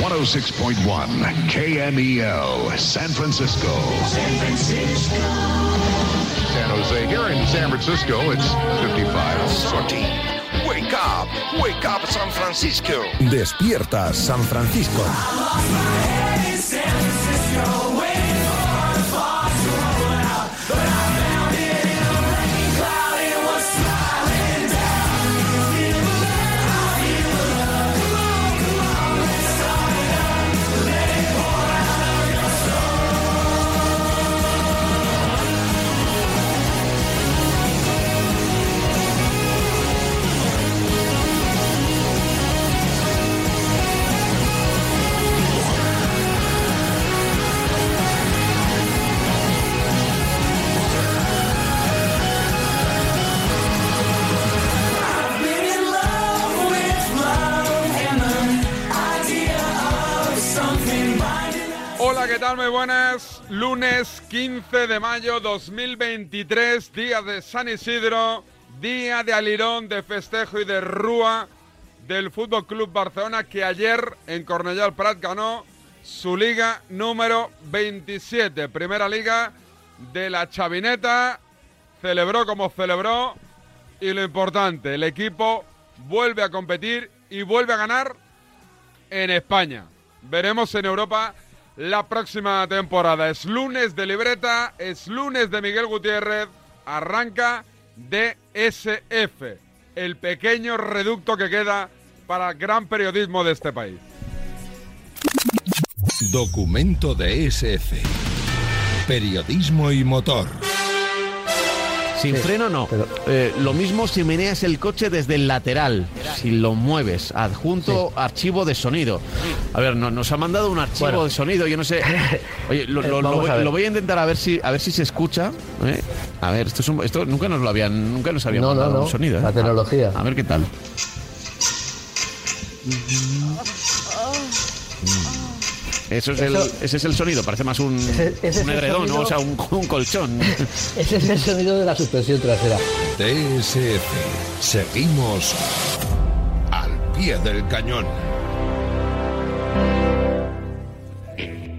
106.1 KMEL, E San Francisco. San Francisco. San Jose. Here in San Francisco, it's 55. Sorty. Wake up. Wake up, San Francisco. Despierta San Francisco. Hola, ¿qué tal? Muy buenas. Lunes 15 de mayo 2023, día de San Isidro, día de alirón, de festejo y de rúa del Fútbol Club Barcelona que ayer en Cornellà del Prat ganó su liga número 27, primera liga de la Chavineta. Celebró como celebró y lo importante, el equipo vuelve a competir y vuelve a ganar en España. Veremos en Europa la próxima temporada. Es lunes de libreta, es lunes de Miguel Gutiérrez, arranca DSF, el pequeño reducto que queda para el gran periodismo de este país. Documento de SF. Periodismo y motor. Sin Sí, freno no. pero- Eh, lo mismo si meneas el coche desde el lateral, si lo mueves. Adjunto archivo de sonido. A ver, no- nos ha mandado un archivo Bueno. de sonido. Yo no sé. Oye, lo, Eh, lo- lo vamos voy, a ver. lo voy a intentar a ver si a ver si se escucha. ¿eh? A ver, esto es un- esto nunca nos lo habían nunca nos habían No, no, mandado no. un sonido. ¿eh? La tecnología. A ver qué tal. Eso es el, Eso- ese es el sonido, parece más un, Ese- ese es un el edredón, sonido- ¿no? o sea, un, un colchón. Ese es el sonido de la suspensión trasera. DSF. Seguimos al pie del cañón.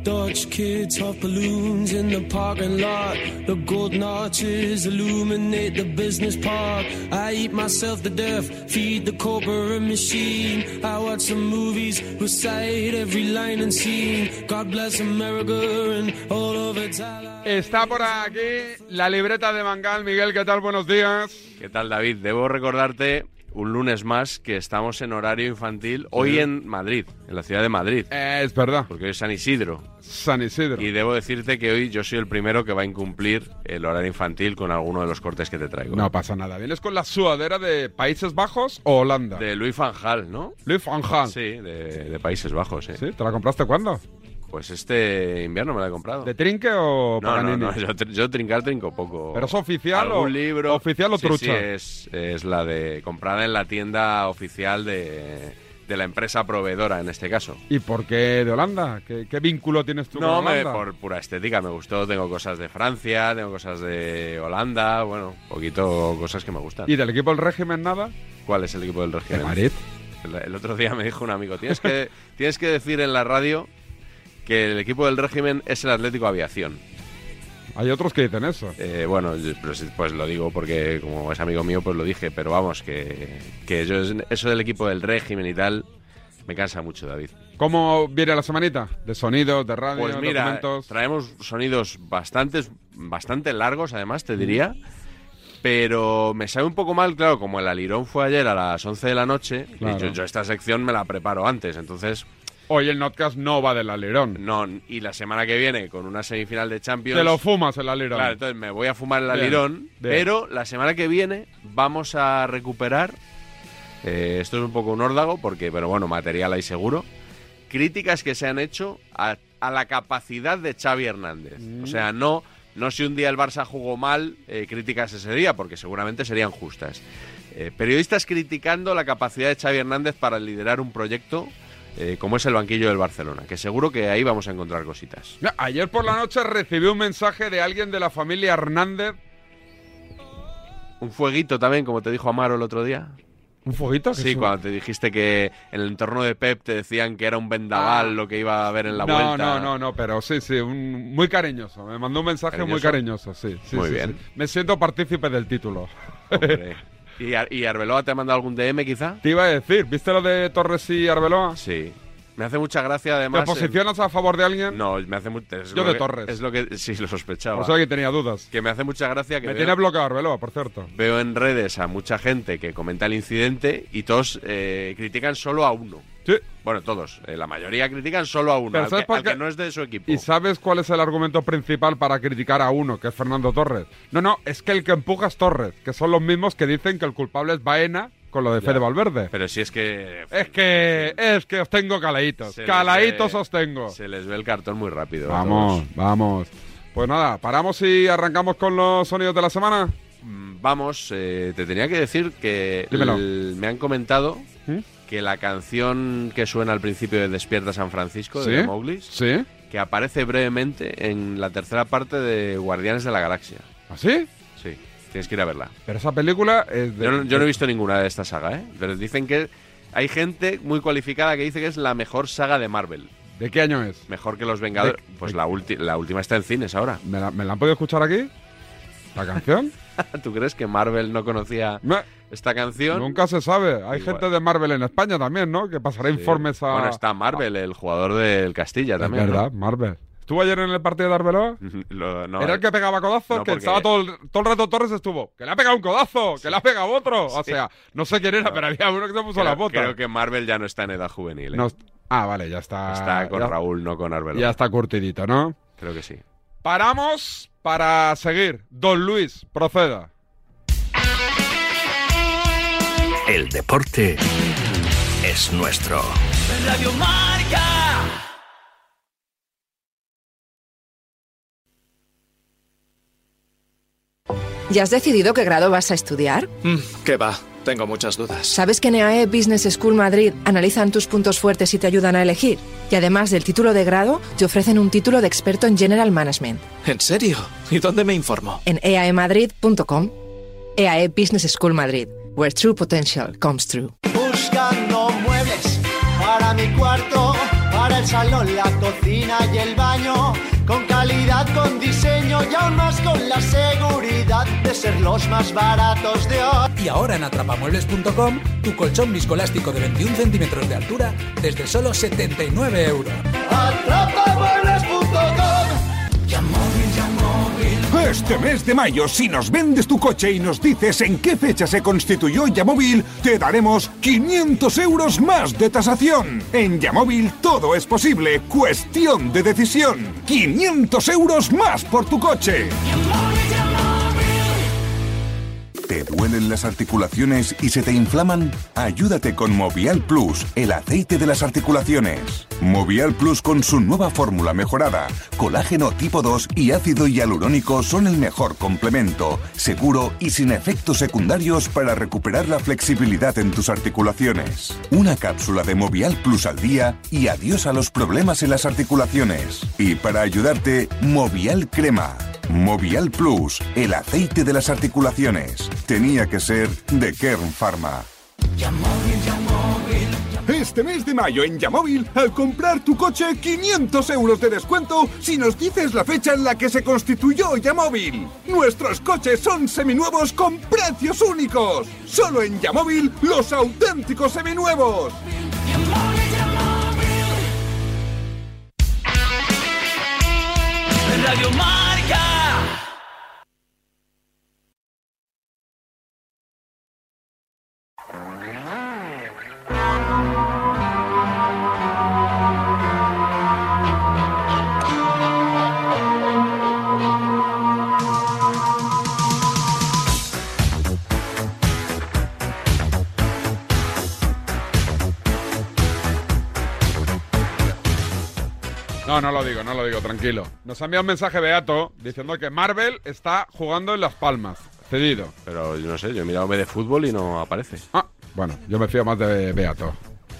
Dutch kids huff balloons in the parking lot. The gold notches illuminate the business park. I eat myself to death, feed the corporate machine. I watch some movies, recite every line and scene. God bless America and all of its allies. Está por aquí la libreta de Mangal. Miguel, ¿qué tal? Buenos días. ¿Qué tal, David? Debo recordarte un lunes más que estamos en horario infantil hoy en Madrid, en la ciudad de Madrid, Eh, es verdad, porque hoy es San Isidro. San Isidro. Y debo decirte que hoy yo soy el primero que va a incumplir el horario infantil con alguno de los cortes que te traigo. No pasa nada. ¿Vienes con la sudadera de Países Bajos o Holanda? De Luis Van Gaal, ¿no? Luis van Gaal. Sí, de, de Países Bajos, ¿eh? ¿Sí? ¿Te la compraste cuándo? Pues este invierno me lo he comprado. ¿De trinque o no, no, Paganini? no, yo, tr- yo trincar trinco poco. ¿Pero es oficial o- ¿Algún libro? oficial o Sí, trucha? Sí, es, es la de comprada en la tienda oficial de, de la empresa proveedora, en este caso. ¿Y por qué de Holanda? ¿Qué, qué vínculo tienes tú No, con me, Holanda? por pura estética me gustó. Tengo cosas de Francia, tengo cosas de Holanda, bueno, un poquito cosas que me gustan. ¿Y del equipo el régimen nada? ¿Cuál es el equipo del régimen? ¿De Madrid? El, el otro día me dijo un amigo, tienes que, tienes que decir en la radio que el equipo del régimen es el Atlético Aviación. Hay otros que dicen eso. Eh, bueno, yo- pero sí, pues lo digo porque como es amigo mío, pues lo dije, pero vamos, que, que yo, eso del equipo del régimen y tal me cansa mucho, David. ¿Cómo viene la semanita? ¿De sonidos, de radio, Pues mira, documentos? traemos sonidos bastantes, bastante largos, además, te diría. Pero me sabe un poco mal, claro, como el alirón fue ayer a las 11 de la noche, y Claro. yo, yo esta sección me la preparo antes, entonces, Hoy el notcast no va del alerón. no, y la semana que viene con una semifinal de Champions... Te lo fumas el alerón. Claro, entonces me voy a fumar el Bien, alirón, bien. pero la semana que viene vamos a recuperar. eh, esto es un poco un órdago, porque, pero bueno, material hay seguro. Críticas que se han hecho a, a la capacidad de Xavi Hernández. Mm. O sea, no, no si un día el Barça jugó mal, eh, críticas ese día, porque seguramente serían justas. Eh, periodistas criticando la capacidad de Xavi Hernández para liderar un proyecto eh, como es el banquillo del Barcelona, que seguro que ahí vamos a encontrar cositas. Mira, Ayer por la noche recibí un mensaje de alguien de la familia Hernández Un fueguito también, como te dijo Amaro el otro día. ¿Un fueguito? Sí, Jesús? cuando te dijiste que en el entorno de Pep te decían que era un vendaval lo que iba a haber en la Ah. no, vuelta. No, no, no, pero sí, sí, un- muy cariñoso. Me mandó un mensaje muy ¿Cariñoso? cariñoso, sí. sí, Muy sí, bien. sí. Me siento partícipe del título. Hombre. ¿Y, Ar- y Arbeloa te ha mandado algún DM quizá? Te iba a decir, ¿viste lo de Torres y Arbeloa? Sí. Me hace mucha gracia ¿Te además. el- posicionas a favor de alguien? No, me hace mucho. Yo de Torres. Es lo que sí lo sospechaba. Por eso que tenía dudas. Que me hace mucha gracia que Me veo- tiene bloqueado Arbeloa, por cierto. veo en redes a mucha gente que comenta el incidente y todos eh, critican solo a uno. Sí. Bueno, todos. eh, la mayoría critican solo a uno, Pero al que, ¿sabes por al qué? que no es de su equipo. ¿Y sabes cuál es el argumento principal para criticar a uno, que es Fernando Torres? No, no, es que el que empuja es Torres, que son los mismos que dicen que el culpable es Baena con lo de Ya. Fede Valverde. Pero si es que... Es que, es que os tengo calaitos. se les Calaitos ve- os tengo. Se les ve el cartón muy rápido. a Vamos, todos. vamos. Pues nada, paramos y arrancamos con los sonidos de la semana. Mm, Vamos, eh, te tenía que decir que Dímelo. el- me han comentado ¿Mm? que la canción que suena al principio de Despierta San Francisco de ¿Sí? The Mowglis, ¿Sí? que aparece brevemente en la tercera parte de Guardianes de la Galaxia. ¿Así? Sí, tienes que ir a verla. Pero esa película es de... Yo no, yo no he visto ninguna de esta saga, ¿eh? Pero dicen que hay gente muy cualificada que dice que es la mejor saga de Marvel. ¿De qué año es? Mejor que los Vengadores. De- Pues de- la, ulti- la última está en cines ahora. ¿Me la, me la han podido escuchar aquí? ¿La canción? ¿Tú crees que Marvel no conocía Me- esta canción? Nunca se sabe. Hay Igual. gente de Marvel en España también, ¿no? Que pasará Sí. informes a... Bueno, está Marvel, el jugador del Castilla Es también. ¿no? verdad, Marvel. ¿Estuvo ayer en el partido de Arbeloa? Lo- no, eh. Era el que pegaba codazos, No, que porque- estaba todo el, todo el rato Torres estuvo. ¡Que le ha pegado un codazo! ¡Que le ha pegado otro! O Sí. sea, no sé quién era, No. pero había uno que se puso creo, las botas. creo que Marvel ya no está en edad juvenil. ¿eh? No est- ah, vale, ya está. está con ya, Raúl, no con Arbeloa. ya está curtidito, ¿no? Creo que sí. Paramos para seguir. Don Luis, proceda. El deporte es nuestro. ¿Ya has decidido qué grado vas a estudiar? Mm, ¿Qué va? Tengo muchas dudas. Sabes que en EAE Business School Madrid analizan tus puntos fuertes y te ayudan a elegir. Y además del título de grado, te ofrecen un título de experto en General Management ¿En serio? ¿Y dónde me informo? en E eaemadrid.com. EAE E Business School Madrid, where true potential comes true. Buscando muebles para mi cuarto, para el salón, la cocina y el baño. Con calidad, con diseño y aún más con la seguridad de ser los más baratos de hoy. Y ahora en atrapamuebles.com, tu colchón viscoelástico de 21 centímetros de altura desde solo 79 euros. Atrapamuebles.com Este mes de mayo, si nos vendes tu coche y nos dices en qué fecha se constituyó Yamóvil, te daremos 500 euros más de tasación. En Yamóvil todo es posible, cuestión de decisión. 500 euros más por tu coche. ¿Te duelen las articulaciones y se te inflaman? Ayúdate con Movial Plus, el aceite de las articulaciones. Movial Plus con su nueva fórmula mejorada, colágeno tipo 2 y ácido hialurónico son el mejor complemento, seguro y sin efectos secundarios para recuperar la flexibilidad en tus articulaciones. Una cápsula de Movial Plus al día y adiós a los problemas en las articulaciones. Y para ayudarte, Movial Crema. Movial Plus, el aceite de las articulaciones. Tenía que ser de Kern Pharma. Este mes de mayo en Yamóvil, al comprar tu coche, 500 euros de descuento si nos dices la fecha en la que se constituyó Yamóvil. Nuestros coches son seminuevos con precios únicos. Solo en Yamóvil, los auténticos seminuevos. Radio Marca No, no lo digo, no lo digo, tranquilo. Nos ha enviado un mensaje Beato diciendo que Marvel está jugando en Las Palmas. Cedido. Pero yo no sé, yo he mirado B de fútbol y no aparece. Ah, bueno, yo me fío más de Beato.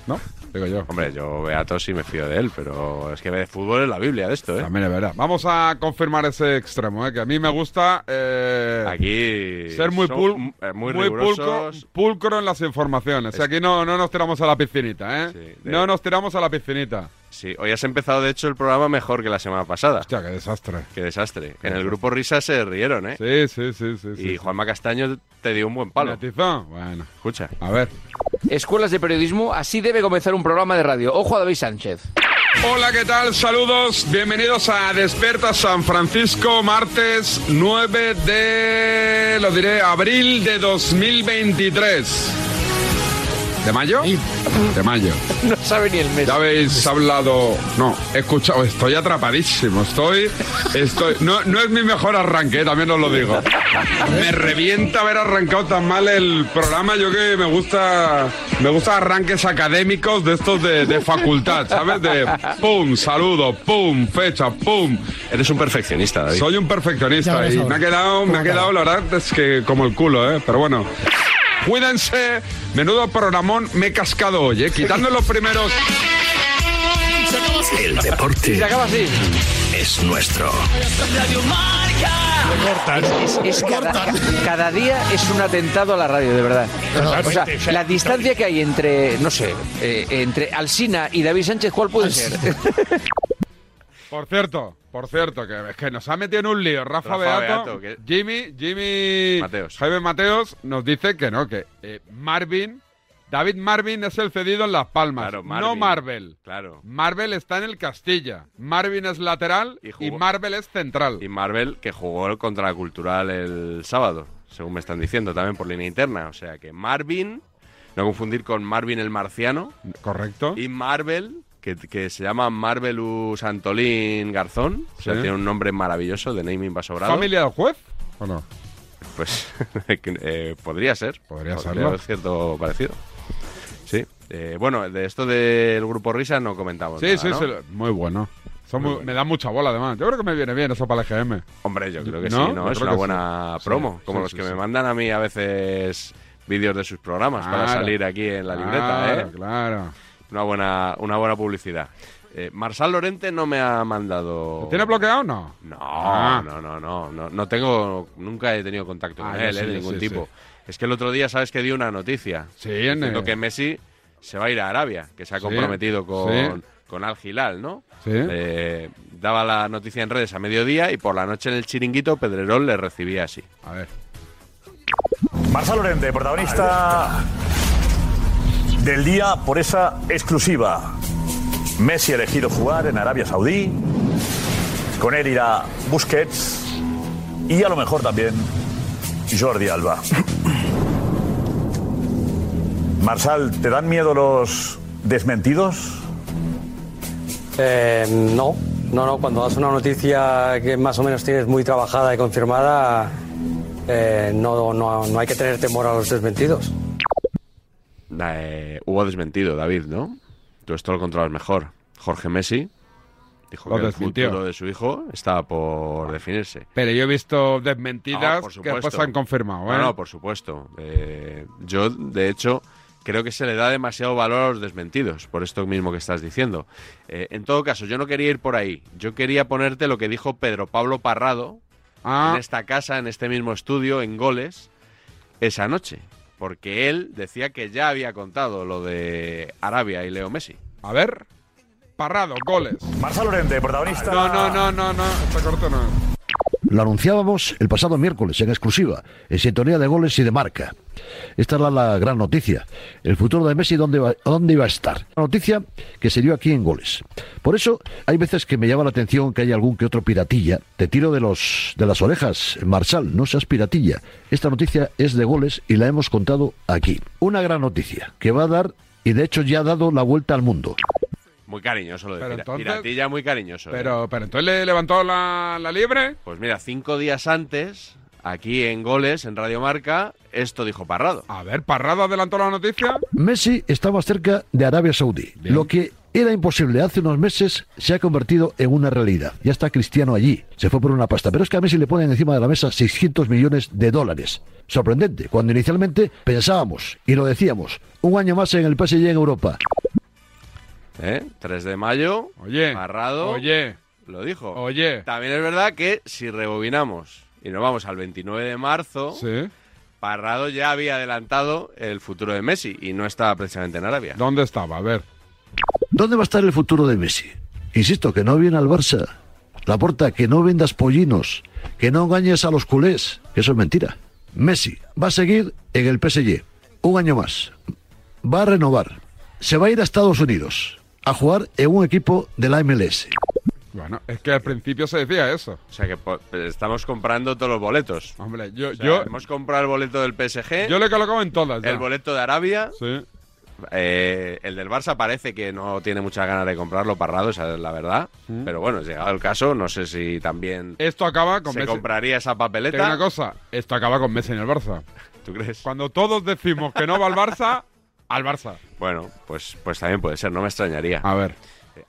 ¿no? Digo yo. Hombre, yo Beato sí me fío de él, pero es que de fútbol es la Biblia de esto, ¿eh? También es verdad. Vamos a confirmar ese extremo, ¿eh? que a mí me gusta eh, Aquí ser muy, son pul- m- eh, muy pulcro, rigurosos. pulcro en las informaciones. O sea, aquí no, no nos tiramos a la piscinita, ¿eh? No nos tiramos a la piscinita. Sí, hoy has empezado, de hecho, el programa mejor que la semana pasada. Hostia, qué desastre. Qué desastre. En el grupo Risa se rieron, ¿eh? Sí, sí, sí. sí, y Juanma Castaño te dio un buen palo. Bueno. Escucha. A ver. Escuelas de periodismo, así debe comenzar un programa de radio. Ojo a David Sánchez. Hola, ¿qué tal? Saludos, bienvenidos a Desperta San Francisco, martes 9 de, lo diré, abril de 2023. ¿De mayo? De mayo. No sabe ni el mes. Ya habéis hablado. No, he escuchado. Estoy atrapadísimo. Estoy. estoy no, no es mi mejor arranque, eh, también os lo digo. Me revienta haber arrancado tan mal el programa. Yo que me gusta. Me gusta arranques académicos de estos de, de facultad, ¿sabes? De pum, saludo, pum, fecha, pum. Eres un perfeccionista, David. Soy un Ya perfeccionista verás y ahora. me ha quedado, me ha quedado, la verdad es que como el culo, ¿eh? Pero bueno. Cuídense, menudo programón me he cascado hoy, ¿eh? Quitando los primeros El deporte. Se acaba así. Es nuestro. Es, es cada, ca- cada día es un atentado a la radio, de verdad. O sea, la distancia que hay entre, no sé, eh, entre Alsina y David Sánchez, ¿cuál puede ser? Por cierto, por cierto, que es que nos ha metido en un lío Rafa, Rafa Beato, Beato, que- Jimmy, Jimmy Jaime Mateos nos dice que no, que eh, Marvin, David Marvin es el cedido en Las Palmas, no Marvin. Marvel. Claro. Marvel está en el Castilla, Marvin es lateral y, jugó- Marvel es central. Y Marvel, que jugó contra la Cultural el sábado, según me están diciendo, también por línea interna. O sea que Marvin, no confundir con Marvin el Marciano. Correcto. Y Marvel, que, que se llama Marvelus Antolín Garzón. O sea, Sí. tiene un nombre maravilloso de naming basobrado. ¿Familia del juez o no? Pues eh, podría ser. Podría serlo. haber cierto parecido. Sí. Eh, bueno, de esto del grupo Risa no comentamos. Sí, nada, sí, ¿no? sí, muy bueno. Son Muy muy- Me da mucha bola además. Yo creo que me viene bien eso para el GM. Hombre, yo creo que ¿No? sí, ¿no? Yo Es creo una que buena sí. promo. Sí, como sí, los que sí, me sí. mandan a mí a veces vídeos de sus programas para Claro. salir aquí en la Claro, libreta, ¿eh? Claro. Una buena, una buena publicidad. Eh, Marsal Lorente no me ha mandado. ¿Tiene bloqueado o no? No, Ah. no, no, no, no. No tengo. Nunca he tenido contacto Ah, con yo él, sí, ¿eh? De yo ningún sí, tipo. sí. Es que el otro día, ¿sabes que dio una noticia? Sí, en, Diciendo eh, que Messi se va a ir a Arabia, que se ha Sí, comprometido con, sí. con Al Hilal, ¿no? Sí. Eh, daba la noticia en redes a mediodía y por la noche en el chiringuito Pedrerol le recibía así. A ver. Marcelo Lorente, protagonista del día por esa exclusiva. Messi ha elegido jugar en Arabia Saudí. Con él irá Busquets y a lo mejor también Jordi Alba. Marsal, ¿te dan miedo los desmentidos? Eh, no, no, no. Cuando das una noticia que más o menos tienes muy trabajada y confirmada, eh, no, no, no hay que tener temor a los desmentidos. Eh, hubo desmentido, David, ¿no? Tú esto lo controlas mejor. Jorge Messi dijo Lo que desmintió. el futuro de su hijo estaba por definirse. Pero yo he No, visto desmentidas por que después supuesto. se han confirmado, ¿eh? No, no, por supuesto. Eh, yo, de hecho, creo que se le da demasiado valor a los desmentidos, por esto mismo que estás diciendo. Eh, en todo caso, yo no quería ir por ahí. Yo quería ponerte lo que dijo Pedro Pablo Parrado Ah. en esta casa, en este mismo estudio, en goles, esa noche. Porque él decía que ya había contado lo de Arabia y Leo Messi. A ver, Parrado, goles. Marcelo Lorente, protagonista. No, no, no, no, no, está corto no. Lo anunciábamos el pasado miércoles en exclusiva, en sintonía de goles y de marca. Esta era la gran noticia. El futuro de Messi, ¿dónde, va- dónde iba a estar? Una noticia que se dio aquí en goles. Por eso, hay veces que me llama la atención que hay algún que otro piratilla. Te tiro de, los, de las orejas, Marsal, no seas piratilla. Esta noticia es de goles y la hemos contado aquí. Una gran noticia que va a dar, y de hecho ya ha dado la vuelta al mundo. Muy cariñoso lo de Pero pira- entonces- piratilla, muy cariñoso. ¿eh? Pero, pero entonces le levantó la, la liebre. Pues mira, cinco días antes, aquí en Goles, en Radio Marca, esto dijo Parrado. A ver, Parrado adelantó la noticia. Messi está más cerca de Arabia Saudí, lo que Era imposible. Hace unos meses se ha convertido en una realidad. Ya está Cristiano allí. Se fue por una pasta. Pero es que a Messi le ponen encima de la mesa 600 millones de dólares. Sorprendente, cuando inicialmente pensábamos, y lo decíamos, un año más en el PSG en Europa. ¿Eh? 3 de mayo. Oye. Parrado. Oye. Lo dijo. Oye. También es verdad que si rebobinamos y nos vamos al 29 de marzo, Parrado ya había adelantado el futuro de Messi y no estaba precisamente en Arabia. ¿Dónde estaba? A ver. ¿Dónde va a estar el futuro de Messi? Insisto, que no viene al Barça. La porta, que no vendas pollinos, que no engañes a los culés, que eso es mentira. Messi va a seguir en el PSG un año más. Va a renovar. Se va a ir a Estados Unidos a jugar en un equipo de la MLS. Bueno, es que al principio se decía eso. O sea que po- pues, estamos comprando todos los boletos. Hombre, yo, yo- hemos comprado el boleto del PSG. Yo lo he colocado en todas. ya. El boleto de Arabia. Sí. Eh, el del Barça parece que no tiene muchas ganas de comprarlo parrado, esa es la verdad. Mm. Pero bueno, llegado el caso, no sé si también Esto acaba con se Messi. compraría esa Te papeleta. digo una cosa, esto acaba con Messi en el Barça. ¿Tú crees? Cuando todos decimos que no va al Barça, al Barça. Bueno, pues, pues también puede ser, no me extrañaría. Eh, A ver.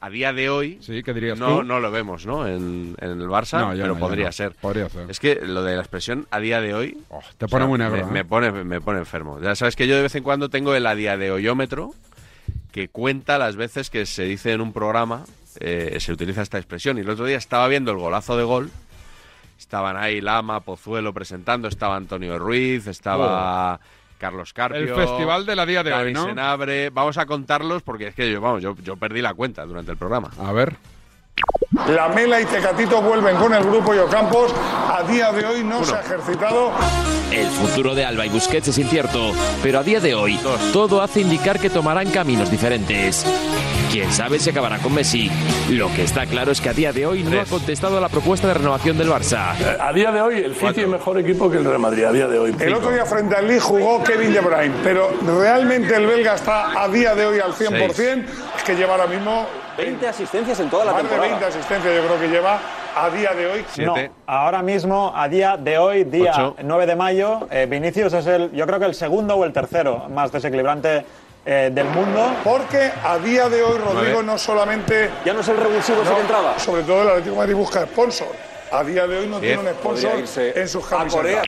A día de hoy. Sí, ¿qué dirías no, tú? no lo vemos, ¿no? En, en el Barça, No, yo pero no, yo podría no. ser. Podría ser. Es que lo de la expresión a día de hoy. te pone muy Me, negro, ¿eh? me pone, me pone enfermo. Ya sabes que yo de vez en cuando tengo el a día de hoyómetro que cuenta las veces que se dice en un programa, eh, se utiliza esta expresión. Y el otro día estaba viendo el golazo de gol. Estaban ahí Lama, Pozuelo presentando, estaba Antonio Ruiz, estaba Carlos Carpio. Oh. El festival de la día de Gaby hoy, ¿no? Senabre. Vamos a contarlos porque es que yo, vamos, yo, yo perdí la cuenta durante el programa. A ver. La Mela y Tecatito vuelven con el grupo y Ocampos. A día de hoy no se ha ejercitado. El futuro de Alba y Busquets es incierto, pero a día de hoy todo hace indicar que tomarán caminos diferentes. Quién sabe si acabará con Messi. Lo que está claro es que a día de hoy no ha contestado a la propuesta de renovación del Barça. A día de hoy, el City es mejor equipo que el Real Madrid. A día de hoy. El otro día frente al Lille jugó Kevin De Bruyne, pero realmente el belga está a día de hoy al 100%, Es que lleva ahora mismo 20 asistencias en toda más de 20 asistencias, yo creo que lleva a día de hoy. No, ahora mismo, a día de hoy, día Ocho. 9 de mayo, eh, Vinicius es el, yo creo que el segundo o el tercero más desequilibrante eh, del mundo. Porque a día de hoy, Rodrigo, no solamente. Ya no es el revulsivo ese que entraba. Sobre todo el Atlético de Madrid busca sponsor. A día de hoy no Diez. tiene un sponsor Podría irse en sus a camisetas. Corea.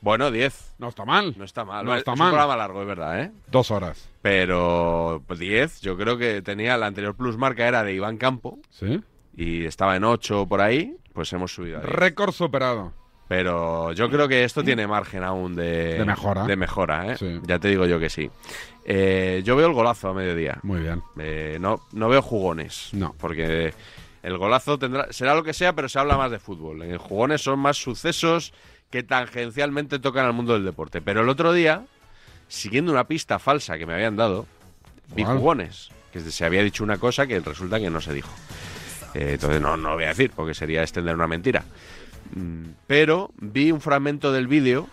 Bueno, 10. No está mal. No está mal. No Vale, está es mal. un programa largo, es verdad, ¿eh? Dos horas. Pero 10, yo creo que tenía la anterior plus marca era de Iván Campo. Sí. Y estaba en 8 por ahí, pues hemos subido. a diez. Récord superado. Pero yo creo que esto tiene margen aún de, De mejora. De mejora, ¿eh? Sí. Ya te digo yo que sí. Eh, yo veo el golazo a mediodía. Muy bien. Eh, no, no veo jugones. No. Porque el golazo tendrá, será lo que sea, pero se habla más de fútbol. En jugones son más sucesos que tangencialmente tocan al mundo del deporte. Pero el otro día, siguiendo una pista falsa que me habían dado, vi ¿Cuál? jugones. Que se había dicho una cosa que resulta que no se dijo. Eh, entonces no, no lo voy a decir porque sería extender una mentira. Mm, Pero vi un fragmento del vídeo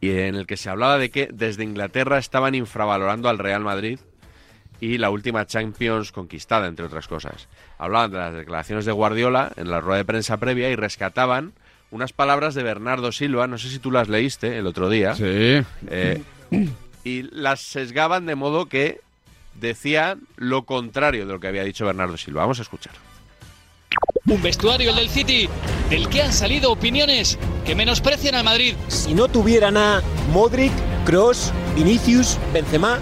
y en el que se hablaba de que desde Inglaterra estaban infravalorando al Real Madrid y la última Champions conquistada, entre otras cosas. Hablaban de las declaraciones de Guardiola en la rueda de prensa previa y rescataban unas palabras de Bernardo Silva, no sé si tú las leíste el otro día. Sí. Eh, y las sesgaban de modo que decían lo contrario de lo que había dicho Bernardo Silva. Vamos a escuchar. Un vestuario, el del City, del que han salido opiniones que menosprecian al Madrid. Si no tuvieran a Modric, Cross, Vinicius, Benzema,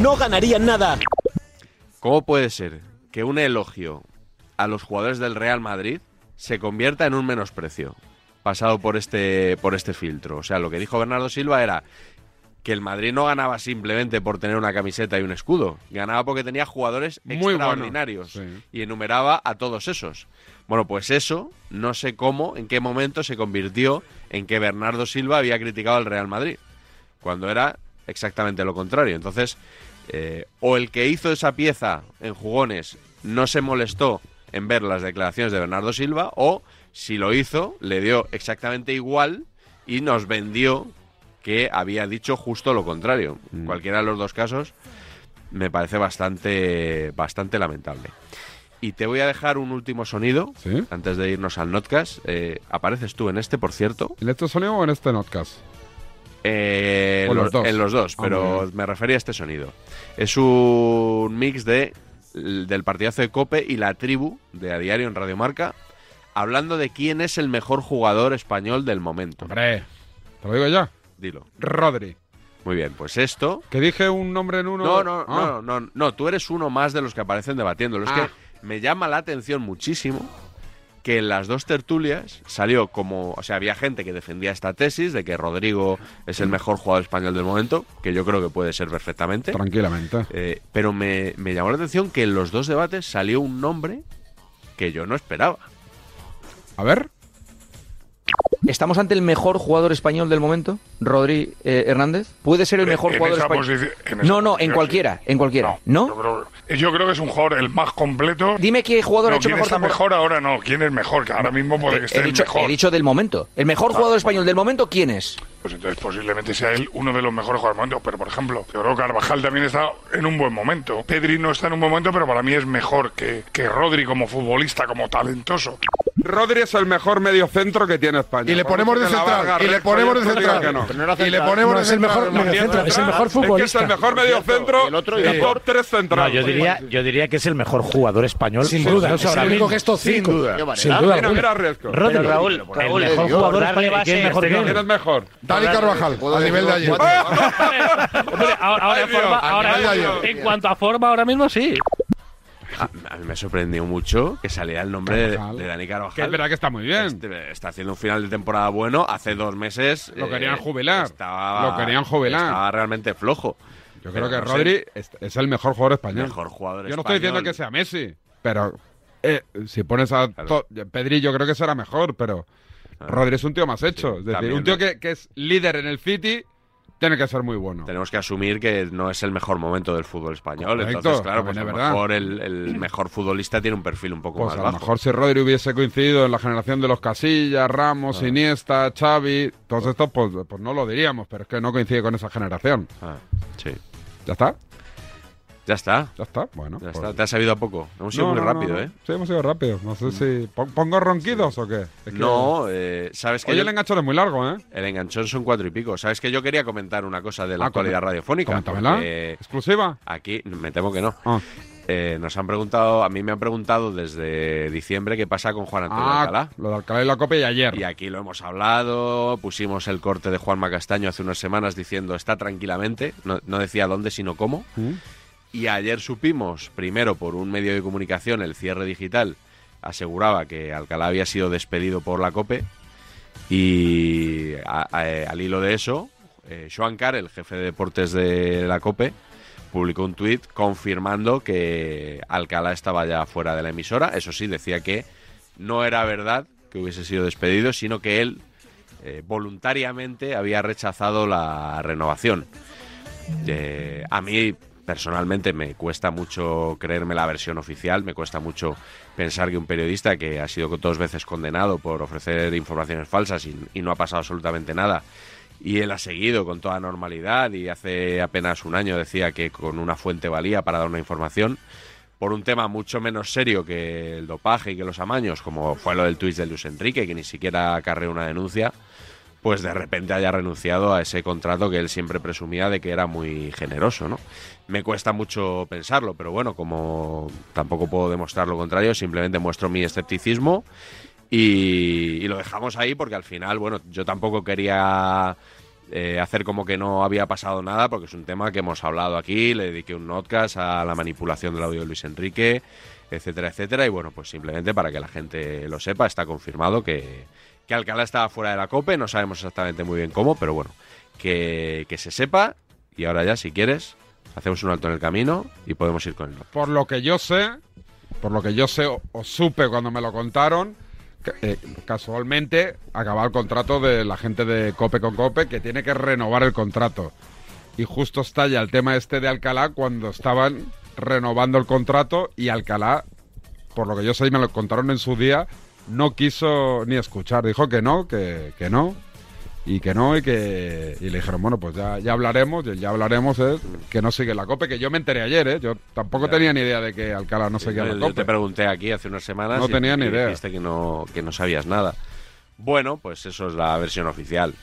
no ganarían nada. ¿Cómo puede ser que un elogio a los jugadores del Real Madrid se convierta en un menosprecio pasado por este, por este filtro? O sea, lo que dijo Bernardo Silva era que el Madrid no ganaba simplemente por tener una camiseta y un escudo, ganaba porque tenía jugadores Muy bueno, extraordinarios sí. y enumeraba a todos esos. Bueno, pues eso, no sé cómo, en qué momento se convirtió en que Bernardo Silva había criticado al Real Madrid cuando era exactamente lo contrario. Entonces, eh, o el que hizo esa pieza en jugones no se molestó en ver las declaraciones de Bernardo Silva, o si lo hizo, le dio exactamente igual y nos vendió que había dicho justo lo contrario. En Cualquiera de los dos casos me parece bastante, bastante lamentable. Y te voy a dejar un último sonido antes de irnos al notcast. Eh, apareces tú en este, por cierto. ¿En este sonido o en este notcast? Eh, O en los Eh, los- dos. En los dos, Ah, muy pero me refería a este sonido. Es un mix de l- del partidazo de Cope y la tribu de A Diario en Radiomarca, hablando de quién es el mejor jugador español del momento. Hombre, ¿te lo digo ya? Dilo. Rodri. Muy bien, pues esto. Que dije un nombre en uno. No, no, Ah. no, no, no, tú eres uno más de los que aparecen debatiéndolo. Es que me llama la atención muchísimo que en las dos tertulias salió como, o sea, había gente que defendía esta tesis de que Rodrigo es el mejor jugador español del momento, que yo creo que puede ser perfectamente. Tranquilamente. Eh, pero me, me llamó la atención que en los dos debates salió un nombre que yo no esperaba. A ver. ¿Estamos ante el mejor jugador español del momento? ¿Rodri eh, Hernández? ¿Puede ser el Eh, En- mejor en jugador esa español? posici- en esa No, no, en posición, cualquiera, en cualquiera. ¿No? Yo creo, yo creo que es un jugador el más completo. Dime qué jugador no, ha hecho quién mejor está temporada. mejor ahora no, quién es mejor, que ahora mismo puede He- que esté he, dicho, el mejor. he dicho del momento. ¿El mejor Ah, jugador español del momento quién es? Pues entonces posiblemente sea él uno de los mejores jugadores del momento. Pero por ejemplo, yo creo que Carvajal también está en un buen momento. Pedri no está en un buen momento, pero para mí es mejor que, que Rodri como futbolista, como talentoso. Rodri es el mejor mediocentro que tiene España. Y le ponemos de Cuando dicen la central, Vargas, y le recto, ponemos de abierto, digan central. que Pero no era Y le central. ponemos No, de es el central. mejor mediocentro, es el mejor Es que es futbolista. el mejor mediocentro el otro y top 3 central. No, yo, diría, yo diría que es el mejor jugador español. Sin duda, Pues, es el ahora único mismo. que es top Sin cinco. duda. Qué barbaridad. Sin duda Mira, alguna. mira, Riesgo. Rodri, Pero Raúl, el Raúl, mejor Dios, jugador darle español que es mejor base que exterior. él. ¿Quién es mejor? Dali Carvajal, al nivel de ayer. Ahora, ahora, Dios, forma- al ahora- nivel de ayer. en cuanto a forma, ahora mismo sí. A, a mí me sorprendió mucho que saliera el nombre de, Carvajal. de Dani Carvajal. Que es verdad que está muy bien. Este- está haciendo un final de temporada bueno. Hace dos meses. eh, Lo querían jubilar. Estaba, Lo querían jubilar. Estaba realmente flojo. Yo creo que Rodri es, es el mejor jugador español. Mejor jugador Yo no estoy diciendo español. que sea Messi, pero eh, si pones a to- Pedri, yo creo que será mejor, pero Rodri es un tío más hecho. es decir, también, un tío que, que es líder en el City tiene que ser muy bueno. Tenemos que asumir que no es el mejor momento del fútbol español. Correcto, Entonces, claro, pues a también lo es verdad. mejor el, el mejor futbolista tiene un perfil un poco Pues más a lo bajo. mejor si Rodri hubiese coincidido en la generación de los Casillas, Ramos, Iniesta, Xavi, todos estos, pues, pues no lo diríamos, pero es que no coincide con esa generación. sí. ¿Ya está? Ya está. Ya está, bueno. pues Ya está. Te has sabido a poco. Hemos sido No, muy no, no, rápido, no. ¿eh? Mm. Sí, hemos ido rápido. No sé si. ¿pon- ¿Pongo ronquidos o qué? Es que- No, eh, sabes que. Oye, yo- el enganchón es muy largo, ¿eh? El enganchón son cuatro y pico. Sabes que yo quería comentar una cosa de la Ah, actualidad comen- radiofónica. coméntamela. porque ¿Exclusiva? Ah. Aquí me temo que no. Eh, nos han preguntado, a mí me han preguntado desde diciembre qué pasa con Juan Antonio Ah, Alcalá. lo de Alcalá y la Copa y ayer. Y aquí lo hemos hablado, pusimos el corte de Juanma Castaño hace unas semanas diciendo está tranquilamente, no, no decía dónde sino cómo. Y ayer supimos, primero por un medio de comunicación, el cierre digital, aseguraba que Alcalá había sido despedido por la COPE. Y a- a- eh, al hilo de eso, eh, Joan Carr, el jefe de deportes de la COPE, publicó un tuit confirmando que Alcalá estaba ya fuera de la emisora. Eso sí, decía que no era verdad que hubiese sido despedido, sino que él eh, voluntariamente había rechazado la renovación. Eh, a mí personalmente me cuesta mucho creerme la versión oficial, me cuesta mucho pensar que un periodista que ha sido dos veces condenado por ofrecer informaciones falsas y, y no ha pasado absolutamente nada, y él ha seguido con toda normalidad y hace apenas un año decía que con una fuente valía para dar una información, por un tema mucho menos serio que el dopaje y que los amaños, como fue lo del tuit de Luis Enrique, que ni siquiera acarreó una denuncia, pues de repente haya renunciado a ese contrato que él siempre presumía de que era muy generoso, ¿no? Me cuesta mucho pensarlo, pero bueno, como tampoco puedo demostrar lo contrario, simplemente muestro mi escepticismo y, y lo dejamos ahí porque al final, bueno, yo tampoco quería eh, hacer como que no había pasado nada porque es un tema que hemos hablado aquí, le dediqué un podcast a la manipulación del audio de Luis Enrique, etcétera, etcétera, y bueno, pues simplemente para que la gente lo sepa, está confirmado que, que Alcalá estaba fuera de la COPE, no sabemos exactamente muy bien cómo, pero bueno, que, que se sepa y ahora ya, si quieres, hacemos un alto en el camino y podemos ir con el Por lo que yo sé, por lo que yo sé o, o supe cuando me lo contaron, ca- eh, casualmente acababa el contrato de la gente de Cope con Cope que tiene que renovar el contrato. Y justo estalla el tema este de Alcalá cuando estaban renovando el contrato y Alcalá, por lo que yo sé y me lo contaron en su día, no quiso ni escuchar. Dijo que no, que, que no. Y que no, y que. Y le dijeron, bueno, pues ya, ya hablaremos, ya- ya hablaremos, eh, que no sigue la COPE, que yo me enteré ayer, ¿eh? Yo tampoco Ya. tenía ni idea de que Alcalá no seguía Yo- la yo te COPE. pregunté aquí hace unas semanas. No y- tenía ni y idea. Dijiste que no, que no sabías nada. Bueno, pues eso es la versión oficial.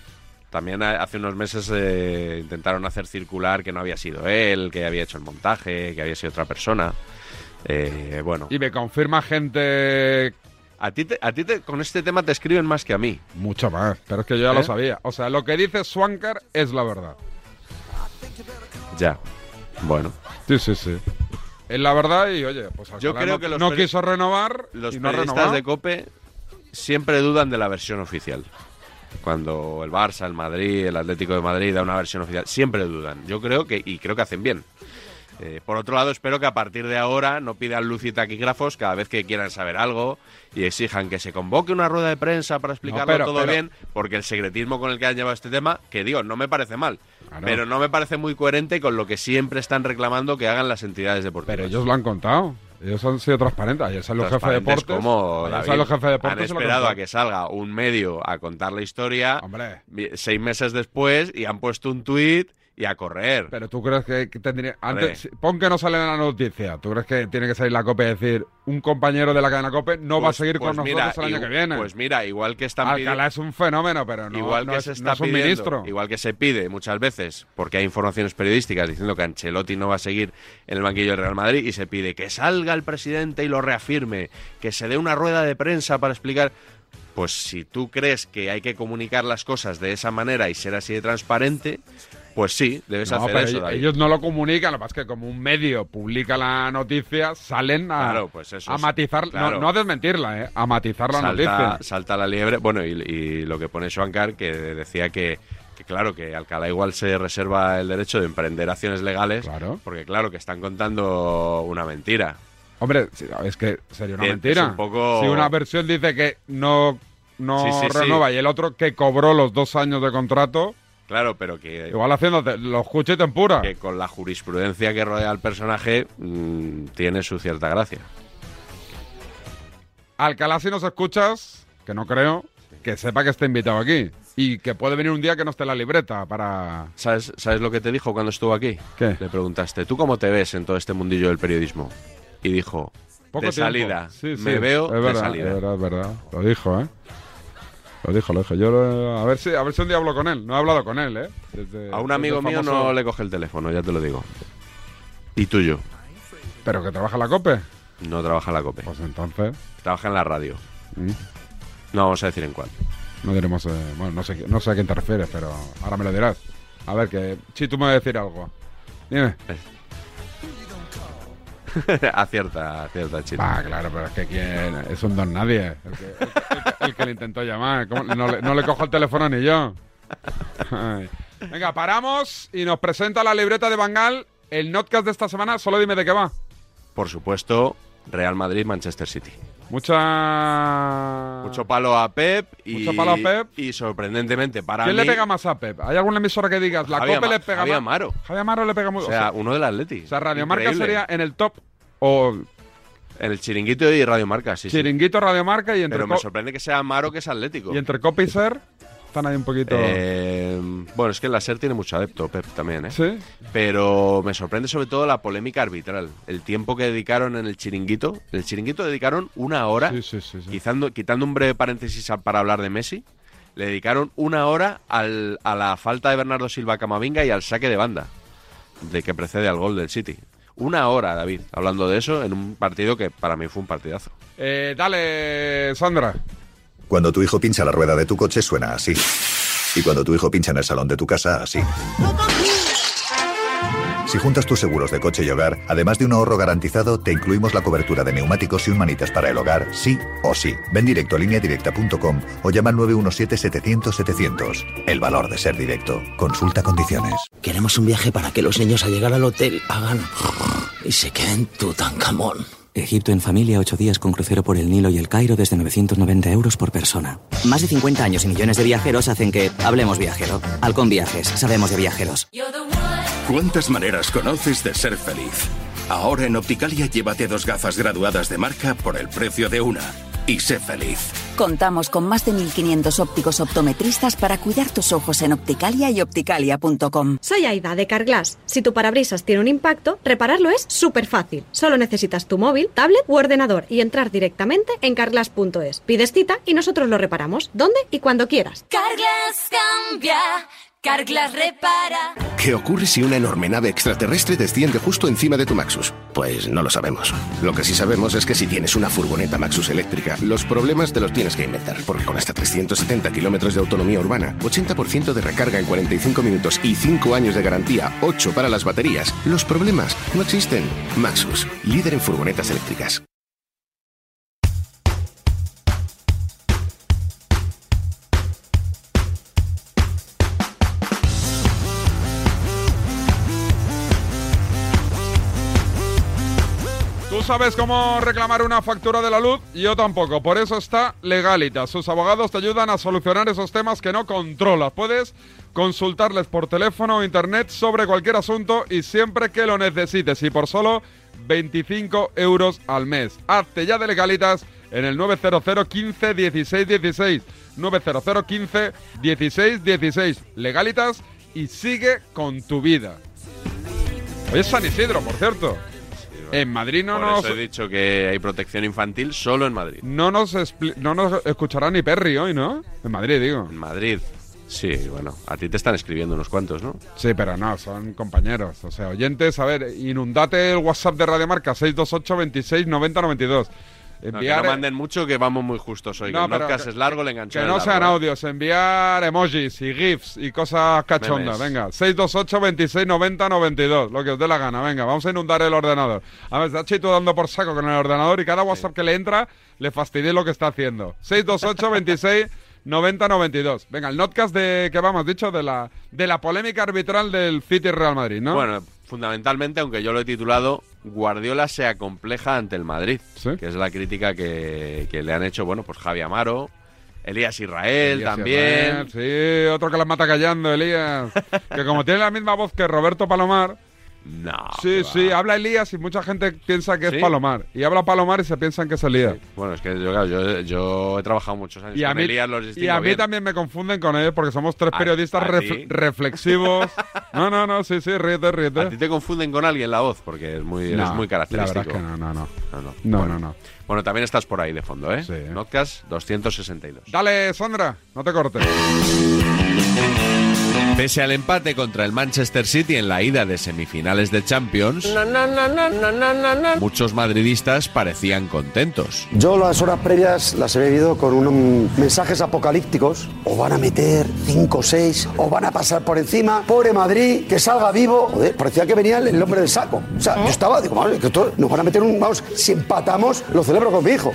También ha- hace unos meses eh, intentaron hacer circular que no había sido él, que había hecho el montaje, que había sido otra persona. Eh, bueno. Y me confirma gente. A ti, te- a ti te- con este tema te escriben más que a mí. Mucho más. Pero es que yo ya ¿Eh? lo sabía. O sea, lo que dice Swankar es la verdad. Ya. Bueno. Sí, sí, sí. Es la verdad y oye, pues al Yo final creo no, que los no peri- quiso renovar Los y no ha periodistas renovado. Eh, de COPE siempre dudan de la versión oficial. Cuando el Barça, el Madrid, el Atlético de Madrid da una versión oficial, siempre dudan. Yo creo que, y creo que hacen bien. Eh, por otro lado, espero que a partir de ahora no pidan luz y taquígrafos cada vez que quieran saber algo y exijan que se convoque una rueda de prensa para explicarlo pero- todo pero- bien, porque el secretismo con el que han llevado este tema, que digo, no me parece mal, pero no me parece muy coherente con lo que siempre están reclamando que hagan las entidades deportivas. Pero ellos lo han contado. Ellos han sido transparentes. Ayer salen los jefes de Transparentes deportes. como, ayer David, salen los jefes de han deportes. y lo esperado a contaron. que salga un medio a contar la historia vi- seis meses después y han puesto un tuit y a correr. Pero tú crees que, que tendría. Ah, Hombre. Antes, si- pon que no sale en la noticia. ¿Tú crees que tiene que salir la COPE y decir un compañero de la cadena COPE no va a Pues- seguir pues con mira, nosotros el año igu- que viene? Pues mira, igual que están Alcalá pidiendo- es un fenómeno, pero no, igual no que es, se no está es un pidiendo, ministro. igual que se pide muchas veces, porque hay informaciones periodísticas diciendo que Ancelotti no va a seguir en el banquillo del Real Madrid y se pide que salga el presidente y lo reafirme, que se dé una rueda de prensa para explicar. Pues si tú crees que hay que comunicar las cosas de esa manera y ser así de transparente, pues sí, debes No, hacer pero eso. ellos, David. ellos no lo comunican, lo que pasa es que como un medio publica la noticia, salen a, Claro, pues eso a es- matizar, no- claro. no, a desmentirla, ¿eh? a matizar la noticia. salta, salta la liebre. Bueno, y, y lo que pone Swankar, que decía que, que claro, que Alcalá igual se reserva el derecho de emprender acciones legales, porque claro, que están contando una mentira. Hombre, sí, es que sería una Es- es mentira. un poco- Si una versión dice que no, no Sí, sí, sí. renova y el otro que cobró los dos años de contrato, Claro, pero que, igual haciéndote los escucha y tempura. que con la jurisprudencia que rodea al personaje mm, tiene su cierta gracia. Alcalá, si nos escuchas, que no creo, que sepa que está invitado aquí. Y que puede venir un día que no esté la libreta para... ¿Sabes, ¿Sabes lo que te dijo cuando estuvo aquí? ¿Qué? Le preguntaste, ¿tú cómo te ves en todo este mundillo del periodismo? Y dijo, Poco de tiempo. salida, Sí, sí, me veo es de verdad, salida. Es verdad, es verdad. Lo dijo, ¿eh? Lo dijo, lo dijo. Yo lo- a, ver si, a ver si un día hablo con él. No he hablado con él, ¿eh? Desde- A un desde amigo mío famoso- no le coge el teléfono, ya te lo digo. ¿Y tuyo? ¿Pero que trabaja en la COPE? No trabaja en la COPE. Pues entonces... Mm. Trabaja en la radio. No vamos a decir en cuál. No diremos... eh, bueno, no sé, no sé a quién te refieres, pero ahora me lo dirás. A ver, que... Si tú me vas a decir algo. Dime. Eh. acierta, acierta, chido. Ah, claro, pero es que ¿quién? es un don nadie. El que, el que- el que le intentó llamar. ¿Cómo? No, le, no le cojo el teléfono ni yo. Ay. Venga, paramos y nos presenta la libreta de Bangal. El notcast de esta semana, solo dime de qué va. Por supuesto, Real Madrid, Manchester City. Mucha. Mucho palo a Pep y, Mucho palo a Pep. y sorprendentemente para ¿Quién mí. le pega más a Pep? ¿Hay alguna emisora que digas? La Javi Cope Ama- le pega Javi más. Amaro. Javi Amaro le pega O mucho. sea, uno del Atleti. o sea, Radiomarca Increíble. sería en el top o El chiringuito y Radiomarca, sí. sí. Chiringuito, Radiomarca y entre, Pero me Co- sorprende que sea Amaro que es Atlético. y entre Cope y Ser están ahí un poquito. Eh, bueno, es que la SER tiene mucho adepto, Pep, también, ¿eh? Sí. Pero me sorprende sobre todo la polémica arbitral. El tiempo que dedicaron en el chiringuito. El chiringuito dedicaron una hora. Quitando, quitando un breve paréntesis a- para hablar de Messi. Le dedicaron una hora al- a la falta de Bernardo Silva a Camavinga y al saque de banda. De que precede al gol del City. Una hora, David, hablando de eso en un partido que para mí fue un partidazo. Eh, dale, Sandra. Cuando tu hijo pincha la rueda de tu coche suena así. Y cuando tu hijo pincha en el salón de tu casa, así. Si juntas tus seguros de coche y hogar, además de un ahorro garantizado, te incluimos la cobertura de neumáticos y un manitas para el hogar, sí o sí. Ven directo a lineadirecta.com o llama al 917-700-700. El valor de ser directo. Consulta condiciones. Queremos un viaje para que los niños al llegar al hotel hagan y se queden Tutankamón. Egipto en familia, ocho días con crucero por el Nilo y el Cairo desde 990 euros por persona. Más de 50 años y millones de viajeros hacen que hablemos viajero. Halcón Viajes, sabemos de viajeros. ¿Cuántas maneras conoces de ser feliz? Ahora en Opticalia llévate dos gafas graduadas de marca por el precio de una y sé feliz. Contamos con más de 1.500 ópticos optometristas para cuidar tus ojos en Opticalia y opticalia.com. Soy Aida de Carglass. Si tu parabrisas tiene un impacto, repararlo es súper fácil. Solo necesitas tu móvil, tablet u ordenador y entrar directamente en carglass.es. Pides cita y nosotros lo reparamos donde y cuando quieras. Carglass cambia, Carglass repara. ¿Qué ocurre si una enorme nave extraterrestre desciende justo encima de tu Maxus? Pues no lo sabemos. Lo que sí sabemos es que si tienes una furgoneta Maxus eléctrica, los problemas te los tienes que inventar, porque con hasta 370 kilómetros de autonomía urbana, 80% de recarga en 45 minutos y 5 años de garantía, 8 para las baterías, los problemas no existen. Maxus, líder en furgonetas eléctricas. Tú sabes cómo reclamar una factura de la luz, yo tampoco. Por eso está Legalita. Sus abogados te ayudan a solucionar esos temas que no controlas. Puedes consultarles por teléfono o internet sobre cualquier asunto y siempre que lo necesites. Y por solo 25 euros al mes. Hazte ya de Legalitas en el 900 15 16 16. 900 15 16 16. Legalitas y sigue con tu vida. Hoy es San Isidro, por cierto. En Madrid no Por nos... eso he dicho que hay protección infantil solo en Madrid. No nos, expli- no nos escuchará ni Perry hoy, ¿no? En Madrid, digo. En Madrid. Sí, bueno, a ti te están escribiendo unos cuantos, ¿no? Sí, pero no, son compañeros. O sea, oyentes, a ver, inundate el WhatsApp de Radio Marca, 628 26 90 92. No, Enviar, que no manden mucho, que vamos muy justos hoy. No, que el pero podcast que- es largo, le que enganchamos. no sean audios, enviar emojis y GIFs y cosas cachondas. Memes. Venga, 628 26 90 92, lo que os dé la gana. Venga, vamos a inundar el ordenador. A ver, está Chito dando por saco con el ordenador y cada WhatsApp que le entra le fastidie lo que está haciendo. 628 26 90 92. Venga, el notcast de que vamos dicho de la de la polémica arbitral del City Real Madrid, ¿no? Bueno, fundamentalmente, aunque yo lo he titulado Guardiola se acompleja ante el Madrid, que es la crítica que, que le han hecho, bueno, pues Javi Amaro, Elías Israel Elías también. Israel, sí, otro que las mata callando, Elías. que como tiene la misma voz que Roberto Palomar. No. Sí, sí, habla Elías y mucha gente piensa que Ah, ¿Sí? es Palomar. Y habla Palomar y se piensan que es Elías. Bueno, es que yo, claro, yo, yo he trabajado muchos años Y a con mí, Elías, los y distingo a mí bien. también me confunden con ellos porque somos tres A- periodistas a ref- ti. reflexivos. No, no, no, sí, sí, ríete, ríete. A ti te confunden con alguien la voz, porque es muy, No, es muy la verdad es característico. que no, no, no. No, no. No, bueno. no, no. Bueno, también estás por ahí de fondo, ¿eh? Sí. Notcast 262. Dale, Sandra, no te cortes. Pese al empate contra el Manchester City en la ida de semifinales de Champions, muchos madridistas parecían contentos. Yo las horas previas las he vivido con unos mensajes apocalípticos. O van a meter 5 o 6, o van a pasar por encima. Pobre Madrid, que salga vivo. Joder, parecía que venía el, el hombre del saco. O sea, yo estaba, digo, madre, que esto nos van a meter un... Vamos, si empatamos, lo celebro con mi hijo.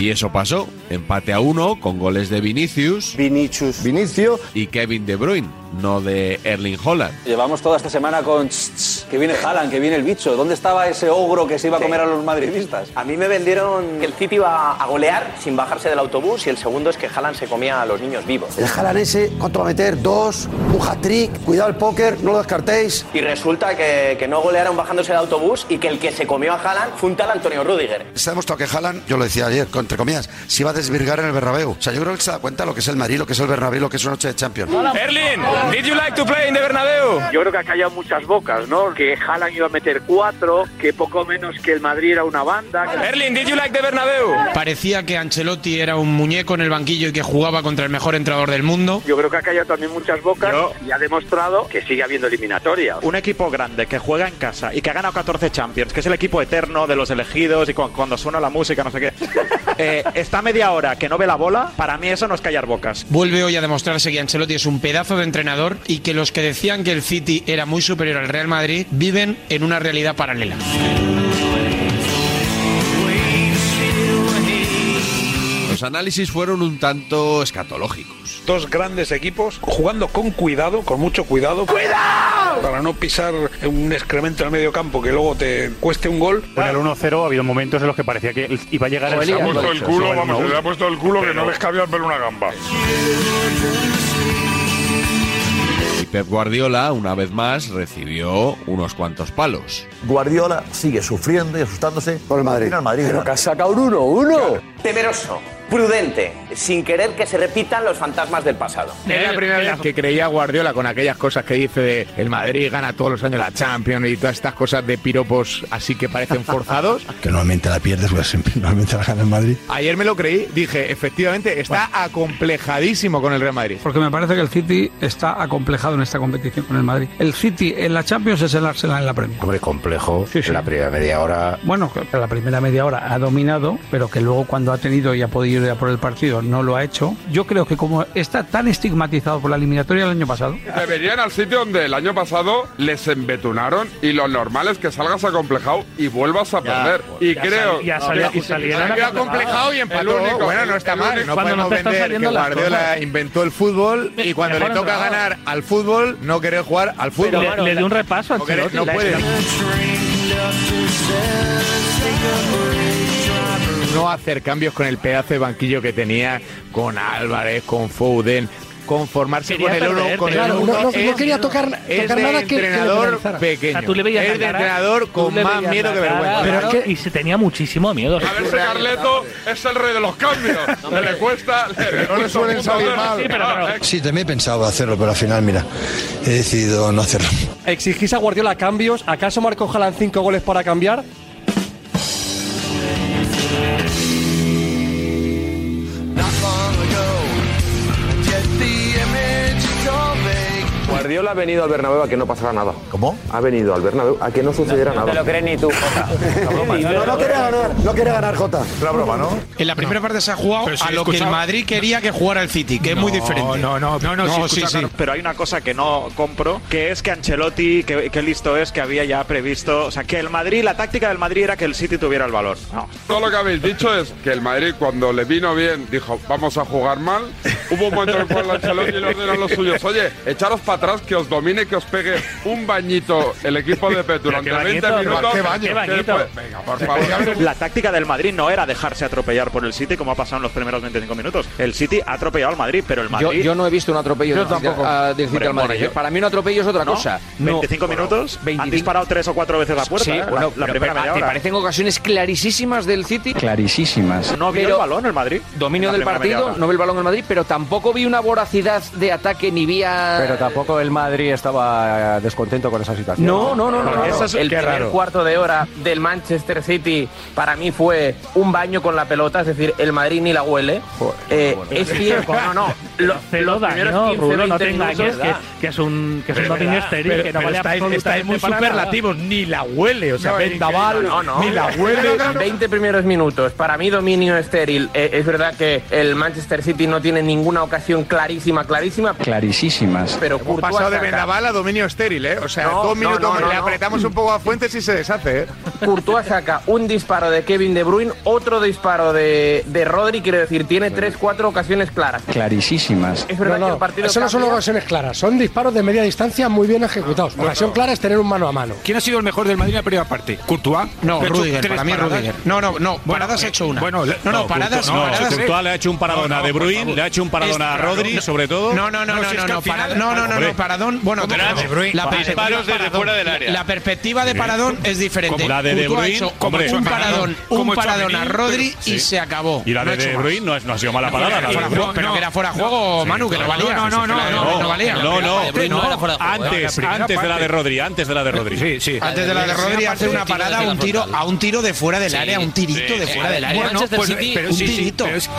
Y eso pasó. Empate a uno con goles de Vinicius. Vinicius. Vinicio. Y Kevin De Bruyne, no de Erling Holland. Llevamos toda esta semana con tss, tss, que viene Haaland, que viene el bicho. ¿Dónde estaba ese ogro que se iba a comer a los madridistas? A mí me vendieron que el City iba a golear sin bajarse del autobús y el segundo es que Haaland se comía a los niños vivos. El Haaland ese, ¿cuánto va a meter? Dos, un hat-trick, cuidado el póker, no lo descartéis. Y resulta que, que no golearon bajándose del autobús y que el que se comió a Haaland fue un tal Antonio Rudiger. Se ha demostrado que Haaland, yo lo decía ayer, con- entre comillas, se iba a desvirgar en el Bernabéu. O sea, yo creo que se da cuenta lo que es el Madrid, lo que es el Bernabéu, lo que es una noche de Champions. Erling, did you like to play in the Bernabéu? Yo creo que ha callado muchas bocas, ¿no? Que Haaland iba a meter cuatro, que poco menos que el Madrid era una banda. Erling, did you like the Bernabéu? Parecía que Ancelotti era un muñeco en el banquillo y que jugaba contra el mejor entrenador del mundo. Yo creo que ha callado también muchas bocas y ha demostrado que sigue habiendo eliminatorias. Un equipo grande que juega en casa y que ha ganado 14 Champions, que es el equipo eterno de los elegidos y cu- cuando suena la música, no sé qué. eh, está media hora que no ve la bola, para mí eso no es callar bocas. Vuelve hoy a demostrarse que Ancelotti es un pedazo de entrenador y que los que decían que el City era muy superior al Real Madrid viven en una realidad paralela. Los análisis fueron un tanto escatológicos. Dos grandes equipos jugando con cuidado, con mucho cuidado. ¡Cuidado! Para no pisar un excremento al medio campo que luego te cueste un gol. Con el 1-0 ha habido momentos en los que parecía que iba a llegar Se le ha puesto pues, el culo, vamos, se le ha puesto el culo que Pero- no les cabía ver una gamba. Y Pep Guardiola, una vez más, recibió unos cuantos palos. Guardiola sigue sufriendo y asustándose por el Madrid. Al final Madrid Pero gana. que ha sacado un 1-1. Temeroso. prudente, sin querer que se repitan los fantasmas del pasado. Es la primera vez que creía Guardiola con aquellas cosas que dice de el Madrid gana todos los años la Champions y todas estas cosas de piropos así que parecen forzados. Que normalmente la pierdes, pues siempre normalmente la gana el Madrid. Ayer me lo creí, dije, efectivamente, está acomplejadísimo con el Real Madrid. Porque me parece que el City está acomplejado en esta competición con el Madrid. El City en la Champions es el Arsenal en la Premier. Hombre, complejo. En la primera media hora. Bueno, que la primera media hora ha dominado, pero que luego cuando ha tenido y ha podido ir a por el partido no lo ha hecho. Yo creo que como está tan estigmatizado por la eliminatoria el año pasado, Te verían al sitio donde el año pasado les embetunaron y lo normal es que salgas acomplejado y vuelvas a perder. y ya creo... sal- ya salía- y salieron Salió acomplejado. acomplejado El único, bueno, no está el mal. único- No podemos vender que Guardiola inventó el fútbol y cuando le mejor toca entrenador. ganar al fútbol, no querer jugar al fútbol. le, le dio un repaso a No querer- Ancelotti. no puede. no hacer cambios con el pedazo de banquillo que tenía, con Álvarez, con Foden, conformarse Quería con el uno, perder, con el Eh, claro, uno. no- no- no Es- quería tocar- es tocar de nada que- que le entrenador penalizara. pequeño. O sea, tú le veías es la de cara, entrenador tú con le más veías miedo la que cara, vergüenza. claro, Y se tenía muchísimo miedo. A ver si Carleto es el rey de los cambios. le cuesta... No le suelen salir mal. Sí, también he pensado hacerlo, pero al final, mira, he decidido no hacerlo. ¿Exigís a Guardiola cambios? ¿Acaso marcó Haaland cinco goles para cambiar? Guardiola ha venido al Bernabéu a que no pasara nada. ¿Cómo? Ha venido al Bernabéu a que no sucediera No, no nada. te lo crees ni tú, ¿eh? No, no quería ganar, no quería ganar, Jota. La broma, ¿no? En la primera parte se ha jugado Pero si a he lo que el escuchado- Madrid quería que jugara el City, que es muy No, diferente. no, no, no sí, sí. Pero hay una cosa que no compro, que es que Ancelotti, que, que listo es, que había ya previsto, o sea, que el Madrid, la táctica del Madrid era que el City tuviera el valor. No. Todo lo que habéis dicho es que el Madrid cuando le vino bien dijo vamos a jugar mal. Hubo un momento en el cual Ancelotti le ordenó a los suyos, oye, echaros para atrás que os domine, que os pegue un bañito el equipo de Pep durante 20 minutos. que después- Venga, por favor. La táctica del Madrid no era dejarse atropellar por el City como ha pasado en los primeros 25 minutos. El City ha atropellado al Madrid, pero el Yo, Madrid... yo no he visto un atropello Yo del City- tampoco. a- del City Hombre, al Madrid. ¿eh? Morello. Para mí un atropello es otra ¿No? cosa. No. 25 minutos, han 25. disparado tres o cuatro veces la puerta, Sí, ¿eh? bueno, la, la pero- primera pero media ¿Te hora. parecen ocasiones clarísimas del City? Clarísimas. No vio Pero- el balón el Madrid. Dominio La del primera media partido, hora. no ve el balón el Madrid, pero tampoco vi una voracidad de ataque ni vi a... Pero tampoco el Madrid estaba eh, descontento con esa situación. No, no, no, no. no. el el primer cuarto de hora del Manchester City para mí fue un baño con la pelota, es decir, el Madrid ni la huele. Eh, es cierto, no, no. Lo, Te lo los da, primeros ¿no, 15, Rulo? No 20 te engañes, minutos- que, que es un, que es un Pero dominio verdad, estéril, pero- que no pero vale estáis- absolutamente estáis muy para nada. superlativos, ni la huele, o sea, No, vendaval, no, no. ni la huele. 20 primeros minutos. Para mí, dominio estéril. Eh, es verdad que el Manchester City no tiene ninguna ocasión clarísima, clarísima. Clarísimas. Pero Hemos Courtois pasado de saca. vendaval a dominio estéril, ¿eh? O sea, No, dos no, minutos no, más, no, le no. apretamos un poco a Fuentes y se deshace, ¿eh? Courtois saca un disparo de Kevin De Bruyne, otro disparo de, de Rodri, quiero decir, tiene 3-4 ocasiones claras. Clarísimas. Es verdad que el partido eso no son cambia. ocasiones claras, son disparos de media distancia muy bien ejecutados. Ocasión clara es tener un mano a mano. ¿Quién ha sido el mejor del Madrid en la primera parte? ¿Courtois? No, ¿Le ha hecho Rüdiger, tres para mí es paradas? Rüdiger. No, no, no, paradas ha hecho una. Bueno, le- no, no, paradas, Courtois- paradas- eh. si Courtois le ha hecho un paradón a De Bruyne, le ha hecho un paradón a Rodri, sobre todo. No, no, no, No, no, si es no, que no, al final- para- no, no, no, Hombre. no, Paradón, bueno, ¿Cómo tenemos- que De Bruyne? la perspectiva Disparos de desde Paradón- fuera del área. La perspectiva de Paradón es diferente. Como la de De Courtois ha Bruyne, hecho como hombre, un Paradón, paradón, como un hecho a paradón a Benín, Rodri pero- y sí. se acabó. Y la No ha de hecho De más. Bruyne no, es- no ha sido mala parada. la de Fuera De juego, Bruyne. No, que era fuera juego, Manu, que no valía. No, no, no, Claro, no, no valía. No, no, La de Bruyne no era fuera de juego, era la Antes, primera antes de la parte. de Rodri, antes de la de Rodri. Sí, sí. Antes de la de Rodri hace una parada, un tiro a un tiro de fuera del Sí, área, un tirito sí, de sí. fuera del área. Bueno, Manchester pues, City, pero un sí, sí, tirito. pero es-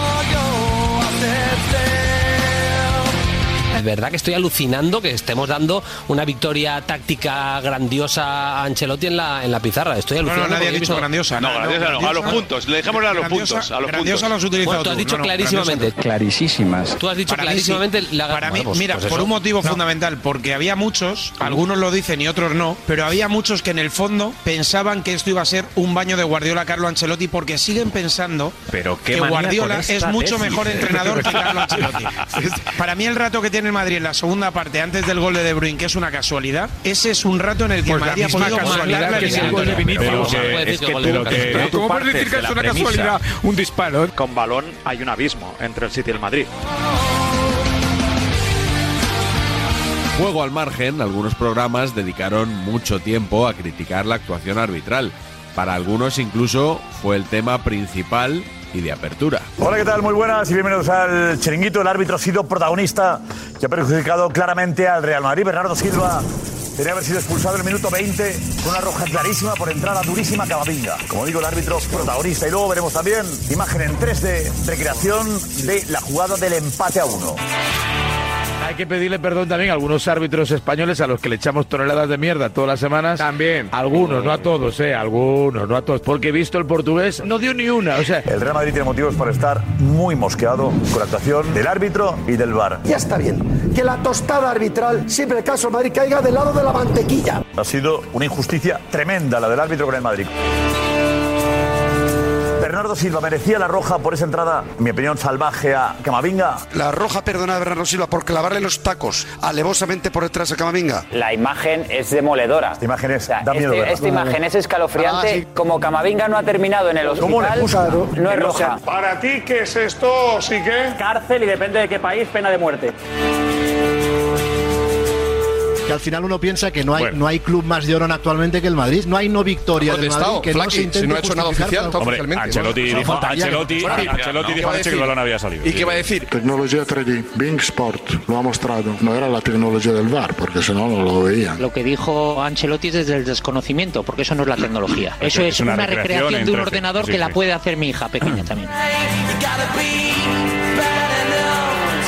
Es verdad que estoy alucinando que estemos dando una victoria táctica grandiosa a Ancelotti en la, en la pizarra. Estoy No, alucinando. no, nadie ha porque he dicho visto- grandiosa. No, grandiosa no, a los puntos. Le dejémosle a los puntos, a los puntos. los utilizado Bueno, tú has tú. dicho No, no, clarísimamente. Clarísimas. Tú has dicho Para mí sí. clarísimamente la Para mí, Bueno, pues- mira, pues por eso. un motivo fundamental, porque había muchos, algunos lo dicen y otros no, pero había muchos que en el fondo pensaban que esto iba a ser un baño de Guardiola Carlo Ancelotti porque siguen pensando Pero qué que manía Guardiola con esta es mucho tesis. mejor entrenador que Carlo Ancelotti. Para mí el rato que tiene el Madrid en la segunda parte antes del gol de De Bruyne, que es una casualidad, ese es un rato en el que Pues el la Madrid ha misma podido casualidad mandar la que es el eliminatoria. gol de Vinicius. Pero Vamos a que- ver, es que tú- lo que- tú- tú- tú puedes partes decir que de es la una premisa- casualidad? Un disparo. Con balón hay un abismo entre el City y el Madrid. Juego al margen, algunos programas dedicaron mucho tiempo a criticar la actuación arbitral. Para algunos incluso fue el tema principal y de apertura. Hola, ¿qué tal? Muy buenas y bienvenidos al Chiringuito. El árbitro ha sido protagonista que ha perjudicado claramente al Real Madrid. Bernardo Silva debería haber sido expulsado en el minuto 20 con una roja clarísima por entrada durísima Cavavinga. Como digo, el árbitro protagonista. Y luego veremos también imagen en 3D, recreación de la jugada del empate a uno. Hay que pedirle perdón también a algunos árbitros españoles a los que le echamos toneladas de mierda todas las semanas. También. Algunos, no a todos, eh, algunos, no a todos. Porque visto el portugués, no dio ni una. O sea, El Real Madrid tiene motivos para estar muy mosqueado con la actuación del árbitro y del VAR. Ya está bien. Que la tostada arbitral, siempre el caso del Madrid, caiga del lado de la mantequilla. Ha sido una injusticia tremenda la del árbitro con el Madrid. Bernardo Silva merecía la roja por esa entrada, en mi opinión, salvaje a Camavinga. La roja perdonada a Bernardo Silva por clavarle los tacos alevosamente por detrás a Camavinga. La imagen es demoledora. Esta imagen es, da miedo verla. Esta imagen es escalofriante. Ah, sí. Como Camavinga no ha terminado en el hospital, ¿Cómo le no, es O sea, roja. ¿Para ti qué es esto? ¿Sí que? Cárcel y depende de qué país, pena de muerte. Que al final uno piensa que no hay, no hay club más llorón actualmente que el Madrid. No hay no victoria Ha del Madrid. protestado, Que Flaky, no se intente si no ha hecho nada justificar oficial, por- Hombre, oficialmente. Ancelotti Bueno, dijo, solo faltaría que- Ancelotti, Bueno, Ancelotti ¿qué dijo va a anoche que decir? el balón había salido. ¿Y sí. qué va a decir? Tecnología 3D, Bing Sport lo ha mostrado. No era la tecnología del VAR, porque si no, no lo veían. Lo que dijo Ancelotti es desde el desconocimiento, porque eso no es la tecnología. Eso es, una, recreación, de un en 13, ordenador sí, que la sí. puede hacer mi hija pequeña también.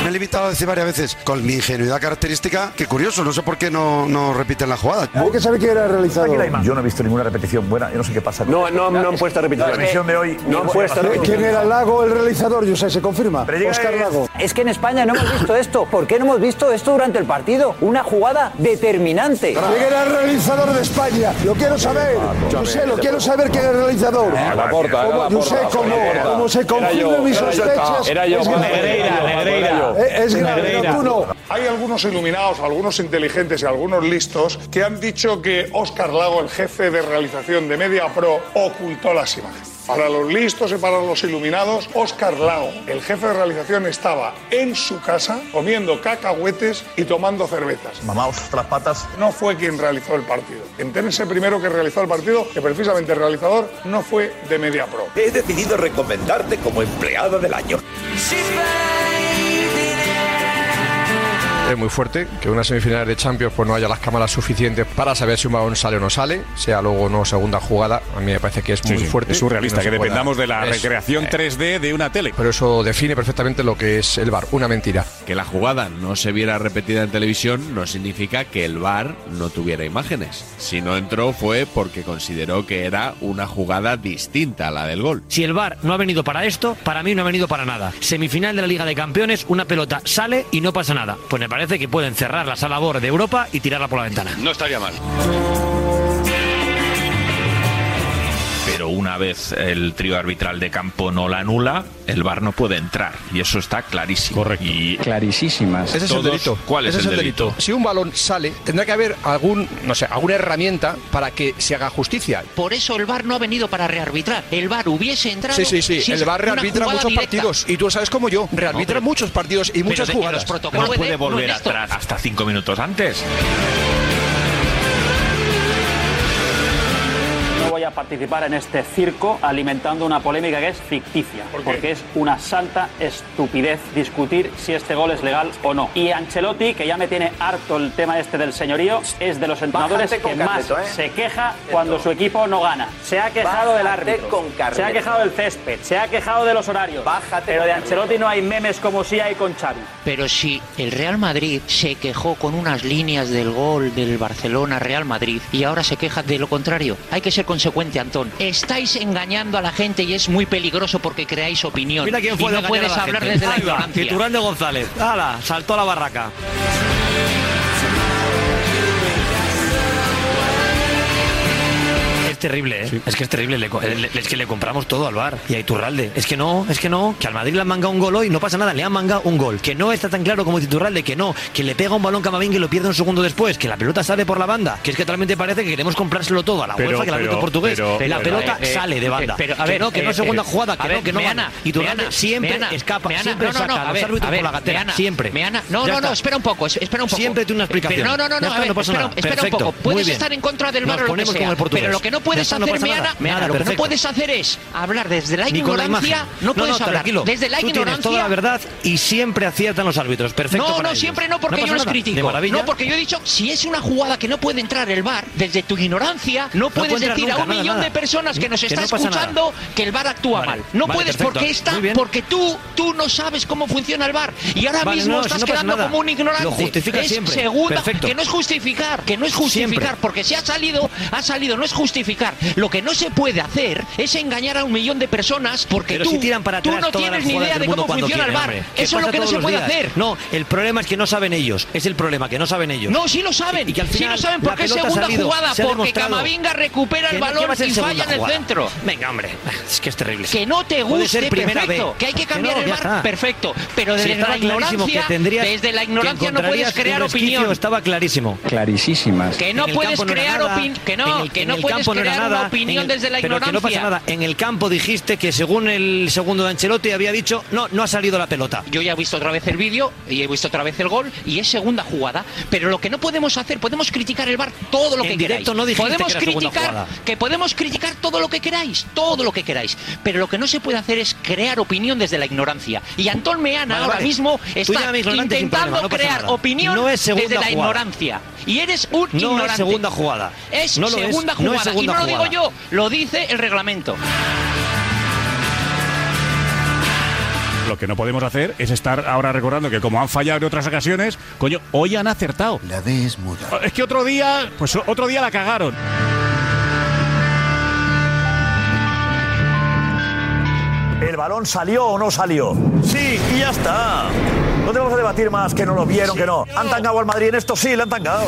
Me he limitado a decir varias veces, con mi ingenuidad característica, que curioso, no sé por qué no, no repiten la jugada. Hay que saber quién era realizado. Yo no he visto ninguna repetición buena, yo no sé qué pasa. No, no, no han puesto repetición. La repetición de hoy. No han puesto ¿Quién era Lago, el realizador? Yo sé, se confirma. Oscar Lago. Es que en España no hemos visto esto. ¿Por qué no hemos visto esto durante el partido? Una jugada determinante. ¿Quién era el realizador de España? Lo quiero saber. Yo sé, lo quiero saber quién era el realizador. A la porta, Como- a la yo sé porta, cómo, a la porta. como se Era confirman yo, mis era yo, sospechas. era yo, es Juan grave. Negreira, Negreira. Eh, Es grave, Negreira. no, tú no. Hay algunos iluminados, algunos inteligentes y algunos listos que han dicho que Óscar Lago, el jefe de realización de Media Pro, ocultó las imágenes. Para los listos y para los iluminados, Óscar Lago, el jefe de realización, estaba en su casa comiendo cacahuetes y tomando cervezas. Mamaos tras patas. No fue quien realizó el partido. Entérense primero que realizó el partido, que precisamente el realizador no fue de Media Pro. He decidido recomendarte como empleado del año. Es muy fuerte que una semifinal de Champions pues no haya las cámaras suficientes para saber si un balón sale o no sale, sea luego o no segunda jugada. A mí me parece que es Sí, muy sí. fuerte. Es surrealista No se que pueda- dependamos de la Es- eh, recreación 3D de una tele. Pero eso define perfectamente lo que es el VAR, una mentira. Que la jugada no se viera repetida en televisión no significa que el VAR no tuviera imágenes. Si no entró fue porque consideró que era una jugada distinta a la del gol. Si el VAR no ha venido para esto, para mí no ha venido para nada. Semifinal de la Liga de Campeones, una pelota sale y no pasa nada. Pues me parece que pueden cerrar la sala BOR de Europa y tirarla por la ventana. No estaría mal. Pero una vez el trío arbitral de campo no la anula, el VAR no puede entrar. Y eso está clarísimo. Correcto. Y Clarísísimas. Ese es el delito. ¿Cuál es, Ese el, delito? Si un balón sale, tendrá que haber algún, no sé, alguna herramienta para que se haga justicia. Por eso el VAR no ha venido para rearbitrar. El VAR hubiese entrado. Sí, sí, sí. si es el VAR una rearbitra jugada muchos directa. partidos. Y tú sabes como yo, rearbitra No, pero- muchos partidos y pero muchas de que los jugadas. protocolos- No Puede, puede no es volver esto. atrás hasta cinco minutos antes. No voy a participar en este circo alimentando una polémica que es ficticia, porque es una santa estupidez discutir si este gol es legal o no. Y Ancelotti, que ya me tiene harto el tema este del señorío, es de los entrenadores Bájate que con más Carleto, ¿eh? se queja cuando su equipo no gana. Se ha quejado del Bájate árbitro, con se ha Carleto. quejado del césped, se ha quejado de los horarios. pero de Ancelotti no hay memes como sí hay con Xavi. Pero si el Real Madrid se quejó con unas líneas del gol del Barcelona Real Madrid y ahora se queja de lo contrario, hay que ser consecuente, Antón. Estáis engañando a la gente y es muy peligroso porque creáis opinión. Mira quién fue y de engañar no puedes a la hablar gente. desde la Ahí va, ignorancia. Titurán de González. ¡Hala! Saltó a la barraca. Es terrible, ¿eh? es que es terrible. le co- le- le- es que le compramos todo al bar y a Iturralde. Es que no, es que no. Que al Madrid le han mangado un gol hoy, no pasa nada, le han mangado un gol. Que no está tan claro como Iturralde, que no. Que le pega un balón Camavinga y lo pierde un segundo después. Que la pelota sale por la banda. Que es que realmente parece que queremos comprárselo todo a la Pero, UEFA, que la pelota pero, portugués. pero, la pero, pelota eh, eh, sale de banda. eh, pero, a Que ver, no, que no eh, es segunda eh, jugada, que a ver, no, que no Meana, gana. Iturralde Meana, siempre Meana, escapa, Meana, siempre no, no, no, saca a a los ver, árbitros a ver, por la gatera. Meana, siempre. Meana, no, Ya no, no, está. espera un poco, es- espera un poco. Siempre tiene una explicación. Pero no, no, no, Ya no, está, a ver, no pasa espera, nada. espera un Perfecto. poco. Puedes Muy bien. estar en contra del Nos bar o lo que ponemos como sea, el portugués. pero lo que no puedes Ya está, no hacer, pasa nada. Meana, Meana, Meana, lo que no perfecto. puedes hacer es hablar desde la Ni con la ignorancia. imagen. no puedes hablar. tranquilo. Desde la Tú tienes ignorancia. toda la verdad y siempre aciertan los árbitros. Perfecto. no, para no, ellos. siempre no, porque pasa yo los nada. De critico. maravilla. No, porque yo he dicho, si es una jugada que no puede entrar el bar, desde tu ignorancia, no No puede puedes entrar decir a nunca, un nada, millón nada. de personas que nos Que está no pasa nada. escuchando que el bar actúa Vale, mal. No vale, puedes, perfecto. porque está, Muy bien. porque tú, tú no sabes cómo funciona el bar. Y ahora Vale, mismo no, si estás no pasa quedando nada. como un ignorante. Lo justificas es siempre. Segunda, Perfecto. que no es justificar, que no es justificar, Siempre. porque si ha salido, ha salido, no es justificar. Lo que no se puede hacer es engañar a un millón de personas porque Pero tú, si tiran para tú atrás no todas las tienes ni jugadas idea del de mundo cómo cuando funciona quieren, el bar. hombre. ¿Qué Eso es lo pasa que no todos se los puede días? hacer. No, el problema es que no saben ellos. Es el problema, que no saben ellos. No, sí lo saben. Y que al sí final lo saben la porque es pelota ha segunda salido, jugada. se ha Porque demostrado Camavinga recupera el que no- que balón va a ser y segunda falla en el jugada. centro. Venga, hombre. Es que es terrible. Que no te Puede guste, ser primera perfecto. vez. Que hay que cambiar no, el ya bar, está. perfecto. Pero Si desde estaba la clarísimo que ignorancia, tendrías- desde la que ignorancia no puedes encontrarías un crear resquicio, opinión. Estaba clarísimo. Clarísísimas. Que no puedes crear opinión. Que no, que no puedes crear una opinión desde la Pero que no pasa ignorancia. nada. En el campo dijiste que según el segundo de Ancelotti había dicho, no, no ha salido la pelota. Yo ya he visto otra vez el vídeo y he visto otra vez el gol y es segunda jugada. Pero lo que no podemos hacer, podemos criticar el bar todo lo En que directo queráis. no dijiste que podemos era segunda criticar jugada. que podemos criticar todo lo que queráis, todo lo que queráis. Pero lo que no se puede hacer es crear opinión desde la ignorancia. Y Antón Meana Vale, ahora vale. mismo Tú está llame ignorante sin intentando problema, no pasa crear nada. opinión No es segunda desde la jugada. ignorancia. Y eres un No es ignorante. segunda jugada. Es No lo es. segunda No es jugada. segunda y no lo jugada. digo yo, lo dice el reglamento. Lo que no podemos hacer es estar ahora recordando que como han fallado en otras ocasiones, coño, hoy han acertado. La D es muda. Es que otro día, pues otro día la cagaron. ¿El balón salió o no salió? Sí, y ya está. No te vamos a debatir más que no lo vieron, que no. ¿Han tangado al Madrid en esto? Sí, le han tangado.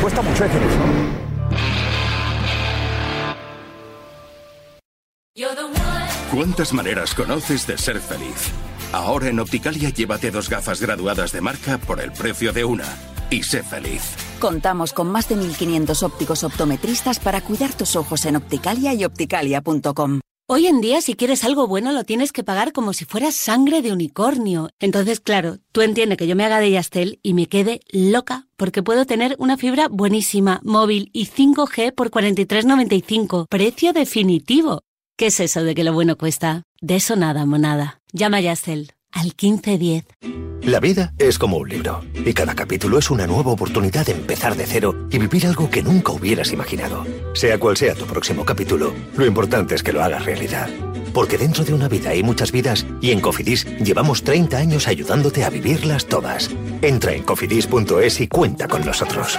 Cuesta mucho decir eso. ¿Cuántas maneras conoces de ser feliz? Ahora en Opticalia llévate dos gafas graduadas de marca por el precio de una y sé feliz. Contamos con más de 1.500 ópticos optometristas para cuidar tus ojos en Opticalia y opticalia.com. Hoy en día, si quieres algo bueno, lo tienes que pagar como si fuera sangre de unicornio. Entonces, claro, tú entiendes que yo me haga de Yastel y me quede loca, porque puedo tener una fibra buenísima, móvil y 5G por 43,95. Precio definitivo. ¿Qué es eso de que lo bueno cuesta? De eso nada, monada. Llama a Yastel al 1510. La vida es como un libro y cada capítulo es una nueva oportunidad de empezar de cero y vivir algo que nunca hubieras imaginado. Sea cual sea tu próximo capítulo, lo importante es que lo hagas realidad. Porque dentro de una vida hay muchas vidas y en Cofidis llevamos 30 años ayudándote a vivirlas todas. Entra en cofidis.es y cuenta con nosotros.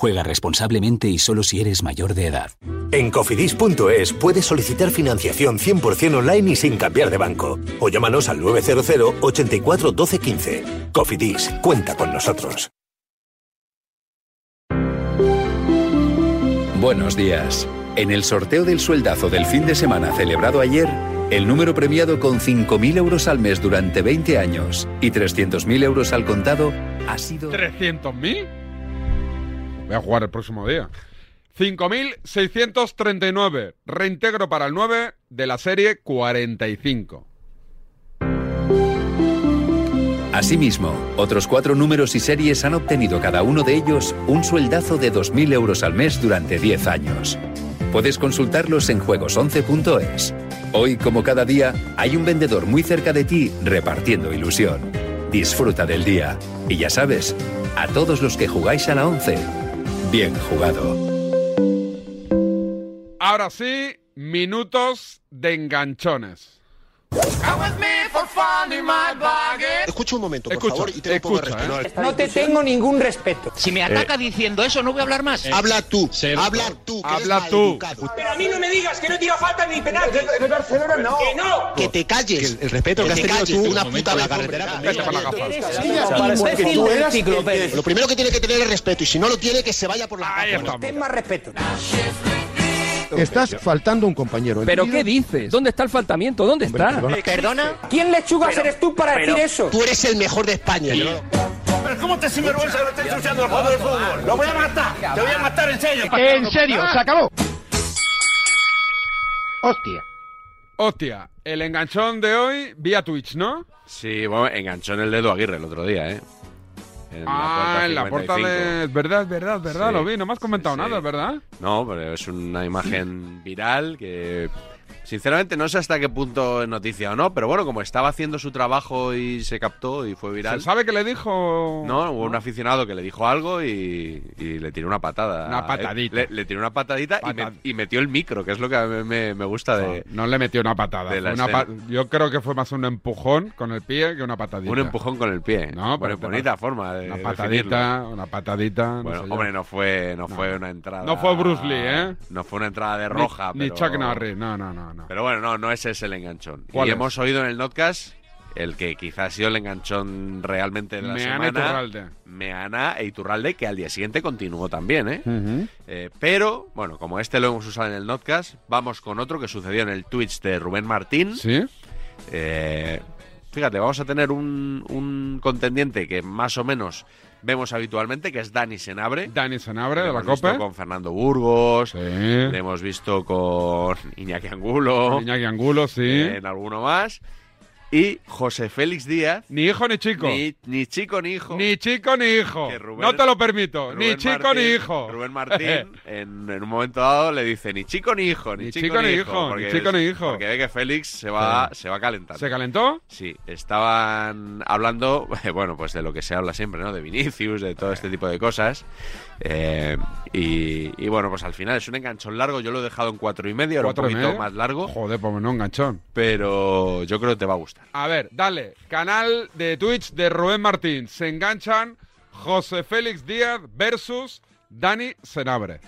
Juega responsablemente y solo si eres mayor de edad. En cofidis.es puedes solicitar financiación 100% online y sin cambiar de banco. O llámanos al 900 84 12 15. Cofidis, cuenta con nosotros. Buenos días. En el sorteo del sueldazo del fin de semana celebrado ayer, el número premiado con 5.000 euros al mes durante 20 años y 300.000 euros al contado ha sido... ¿300.000? Voy a jugar el próximo día. 5.639. Reintegro para el 9 de la serie 45. Asimismo, otros cuatro números y series han obtenido cada uno de ellos un sueldazo de 2.000 euros al mes durante 10 años. Puedes consultarlos en juegos11.es. Hoy, como cada día, hay un vendedor muy cerca de ti repartiendo ilusión. Disfruta del día. Y ya sabes, a todos los que jugáis a la 11, bien jugado. Ahora sí, minutos de enganchones. Escucha un momento, por favor, y te escucha, ¿eh? No te tengo ningún respeto. Si Eh. me ataca diciendo eso, no voy a hablar más. Habla tú, habla tú. que eres maleducado. Pero a mí no me digas que no tira falta ni penal. En el Barcelona no. Que no. Que te calles. el respeto que has tenido tú, una un puta en la momento, carretera. Vete para la gafa. Lo primero que tiene que tener es respeto y si no lo tiene que se vaya por la Ahí estamos. más respeto. Estás faltando un compañero. ¿eh? El ¿Pero tío- qué dices? ¿Dónde está el faltamiento? ¿Dónde Hombre, está? perdona. ¿Quién lechuga Pero- eres tú para pero- decir eso? tú eres el mejor de España. Pero ¿cómo te sinvergüenza que lo estáis ensuciando el juego del fútbol? ¡Lo voy a matar! ¡Te voy a matar en serio! Ah. En serio, se acabó. Hostia. Hostia, el enganchón de hoy vía Twitch, ¿no? Sí, bueno, enganchó en el dedo Aguirre el otro día, ¿eh? En ah, en la puerta 55. de... ¿Verdad, verdad, verdad? Sí, Lo vi, no me has comentado nada, ¿verdad? No, pero es una imagen viral que... Sinceramente no sé hasta qué punto es noticia o no, pero bueno, como estaba haciendo su trabajo y se captó y fue viral... ¿Se sabe qué le dijo? Ah, No, hubo un aficionado que le dijo algo y, y le tiró una patada. Eh, Una patadita. Le, le tiró una patadita y, me- y metió el micro, que es lo que a mí me, me gusta de... No le metió una patada. De la fue una escena. pa- Yo creo que fue más un empujón con el pie que una patadita. Un empujón con el pie. No, Bueno, pero bonita forma de Una definirlo. ¿eh? patadita, una patadita. no Bueno, sé yo. hombre, no fue, no, fue una entrada. No fue Bruce Lee, ¿eh? No fue una entrada de Ni- roja. Ni, pero- Chuck Norris, no, no, no. no. Pero bueno, no, no ese es el enganchón. ¿Cuál y es? hemos oído en el podcast el que quizás ha sido el enganchón realmente de la Meana semana. Iturralde. Meana e Iturralde, que al día siguiente continuó también, ¿eh? Eh, pero, bueno, como este lo hemos usado en el podcast, vamos con otro que sucedió en el Twitch de Rubén Martín. Eh, Sí. fíjate, vamos a tener un, un contendiente que más o menos vemos habitualmente, que es Dani Senabre. Dani Senabre, de la Visto Cope. con Fernando Burgos, le hemos visto con Iñaki Angulo. Iñaki Angulo, sí. En alguno más. Y José Félix Díaz. Ni hijo ni chico. Ni, ni chico ni hijo. Ni chico ni hijo. Que Rubén- no te lo permito. Rubén ni chico Martín- ni hijo. Rubén Martín, en, en un momento dado, le dice ni chico ni hijo, ni, Ni chico ni hijo, ni porque chico es- ni hijo. Porque ve que Félix se va, se va calentando. ¿Se calentó? Sí, estaban hablando, bueno, pues de lo que se habla siempre, ¿no? De Vinicius, de todo este tipo de cosas. Eh, y, y bueno, pues al final es un enganchón largo. Yo lo he dejado en cuatro y medio, era un ¿Cuatro y poquito medio? más largo. Joder, pues no enganchón. Pero yo creo que te va a gustar. A ver, dale. Canal de Twitch de Rubén Martín. Se enganchan José Félix Díaz versus Dani Senabre.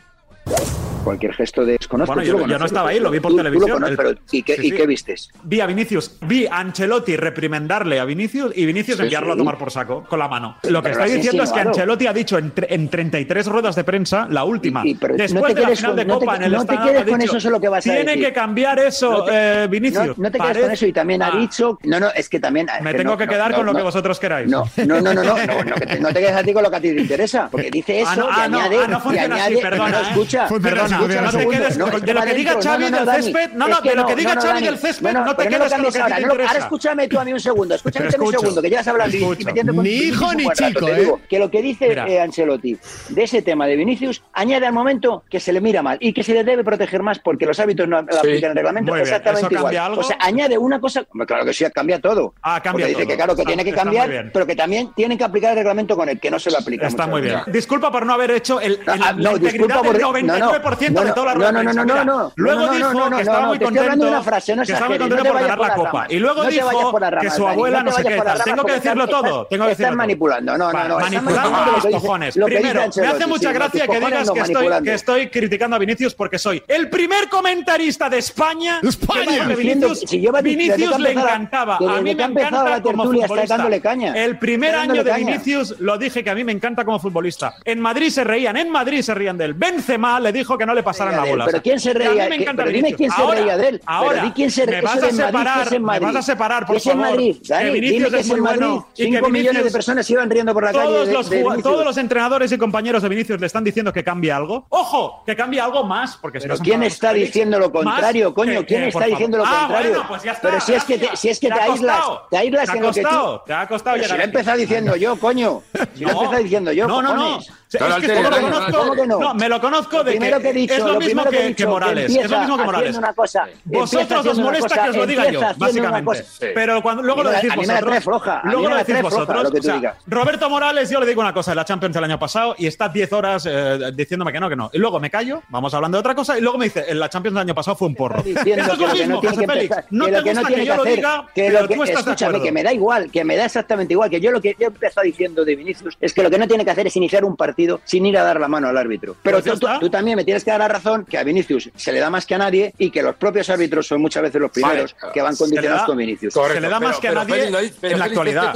Cualquier gesto de desconozco. Bueno, tú yo- lo yo no conoces, estaba tú- ahí, lo vi por tú- televisión, tú lo conoces, el- pero ¿y qué, sí, y sí. qué vistes? Vi a Vinicius, vi a Ancelotti reprimendarle a Vinicius y Vinicius Sí, enviarlo a sí. tomar por saco con la mano. Lo que Pero está lo has diciendo es que insinuado. Ancelotti ha dicho en, tre- en 33 ruedas de prensa, la última, Sí, pero no después te de la quedes final con- de no te- Copa en el no te Estado, quedes ha con dicho, eso, es lo que vas a Tiene decir". que cambiar eso, No te- eh, Vinicius. No, no te quedes con Parece- eso y también ha Ah, dicho. No, no, es que también. Me que tengo no, que no, quedar no, con lo no. que vosotros queráis. No, no, no, no, no, no, no, que te- no te quedes a ti con lo que a ti te interesa, porque dice eso Ah, no, y ah, no, añade, ah, no y funciona así, añade, perdona, no, ¿eh? escucha, Funciona perdona, así, no escucha, te un segundo, quedes no, con- es de lo va que diga dentro, Xavi del Dani, césped, no, no, es de lo que diga Xavi Dani, del césped, no te pero quedes con lo cambies que a ti ahora, te no lo- Ahora interesa. escúchame tú a mí un segundo, escúchame tú a mí un Escucho. segundo, que ya has hablado y- y Escucho. metiendo con Ni hijo Vinicius ni un rato, chico, te ¿eh? digo, Que lo que dice Mira. eh, Ancelotti de ese tema de Vinicius, añade al momento que se le mira mal y que se le debe proteger más porque los hábitos no Sí. aplican el reglamento Muy bien, exactamente ¿eso cambia igual. algo? O sea, añade una cosa, Hombre, claro que sí, cambia todo. Ah, cambia Porque dice todo. que claro que Está- tiene Ah. que está muy cambiar, bien. pero que también tienen que aplicar el reglamento con el que no se lo aplica. Está muchas muy bien. veces. Disculpa por no haber hecho el, el- Ah, la integridad del 99% de toda la rueda no, de no, prensa. no, Mira, no, no. Luego No, no, dijo no, no, que no, estaba no, muy te estoy contento, hablando de una frase, no que estaba muy exageres, no contento te por ganar vayas la por las copa. ramas, Y luego no te vayas dijo por las que ramas, su Dani, abuela no no, te sé qué. vayas por las Tengo ramas que porque decirlo estás- todo. Tengo estás- que estás decirlo todo. manipulando, no, no, Va, no, estás Manipulando manipulando, a los lo dice- cojones. lo que dice Primero, me hace Ancelotti, mucha sí, gracia los que cojones digas no, que estoy, manipulando. que estoy criticando a Vinicius porque soy el primer comentarista de España. que España. dice que Diciendo- Vinicius, si lleva desde que Vinicius le empezaba- encantaba. que A desde mí que me ha empezado encanta la como tertulia está futbolista. dándole caña. El primer Está año dándole de caña. Vinicius lo dije que a mí me encanta como futbolista. En Madrid se reían, en Madrid se reían de él. Benzema le dijo que no le pasaran la de él, bola. Eh, pero O sea, ¿quién se que a mí me reía? ¿Qué- encanta pero dime Vinicius. quién se Ahora, reía de él? Pero Ahora, di quién se- me eso vas de a Madrid, que es separar, en me vas Madrid. a separar, por Que es en favor. Madrid, Dani, Que dime Vinicius que es es en muy Madrid. bueno y que Cinco millones de Vinicius- personas iban riendo por la calle todos de- los de jugad- Vinicius. Todos los entrenadores y compañeros de Vinicius le están diciendo que cambie algo. ¡Ojo! Que cambie algo más. Porque si Pero no son ¿quién palabras está que diciendo lo Más contrario, que- coño? ¿Quién que, está por diciendo lo favor. Ah, contrario? bueno, pues ya está, Pero si es que te, gracias. si es que Te te, ha aíslas, costado. te aíslas Te ha en lo que tú- costado, te ha costado Pero Si lo llegar he aquí. empezado diciendo yo, coño. Si lo he empezado diciendo yo, No, no, no. cojones. Es que esto me lo conozco- ¿Cómo que no? no, me lo conozco de primero que he dicho, es lo mismo primero que- he que dicho, Morales, empieza es lo mismo que Morales. haciendo una cosa, Vosotros empieza os haciendo una molesta cosa, que os lo diga yo, empieza haciendo una básicamente. cosa. Pero cuando- luego A mí lo me la- decís a mí me la vosotros- trae floja, a mí luego me lo la decís trae floja, vosotros, lo que tú o sea, digas. Roberto Morales, yo le digo una cosa de la Champions el año pasado y está 10 horas eh, diciéndome que no, que no. Y luego me callo, vamos hablando de otra cosa y luego me dice, en la Champions del año pasado fue un porro. Eso diciendo es lo que lo que mismo, no tiene José que Félix. empezar, No que te lo que no gusta que tiene que yo lo hacer, diga, que pero lo que tú estás de escúchame, acuerdo. que me da igual, que me da exactamente igual, que yo lo que yo he empezado diciendo de Vinicius es que lo que no tiene que hacer es iniciar un partido partido sin ir a dar la mano al árbitro. Pues Pero tú, tú- tú también me tienes que dar la razón que a Vinicius se le da más que a nadie y que los propios árbitros son muchas veces los primeros Vale. que van Se le condicionados da- con Vinicius. se le da más que a nadie en la actualidad.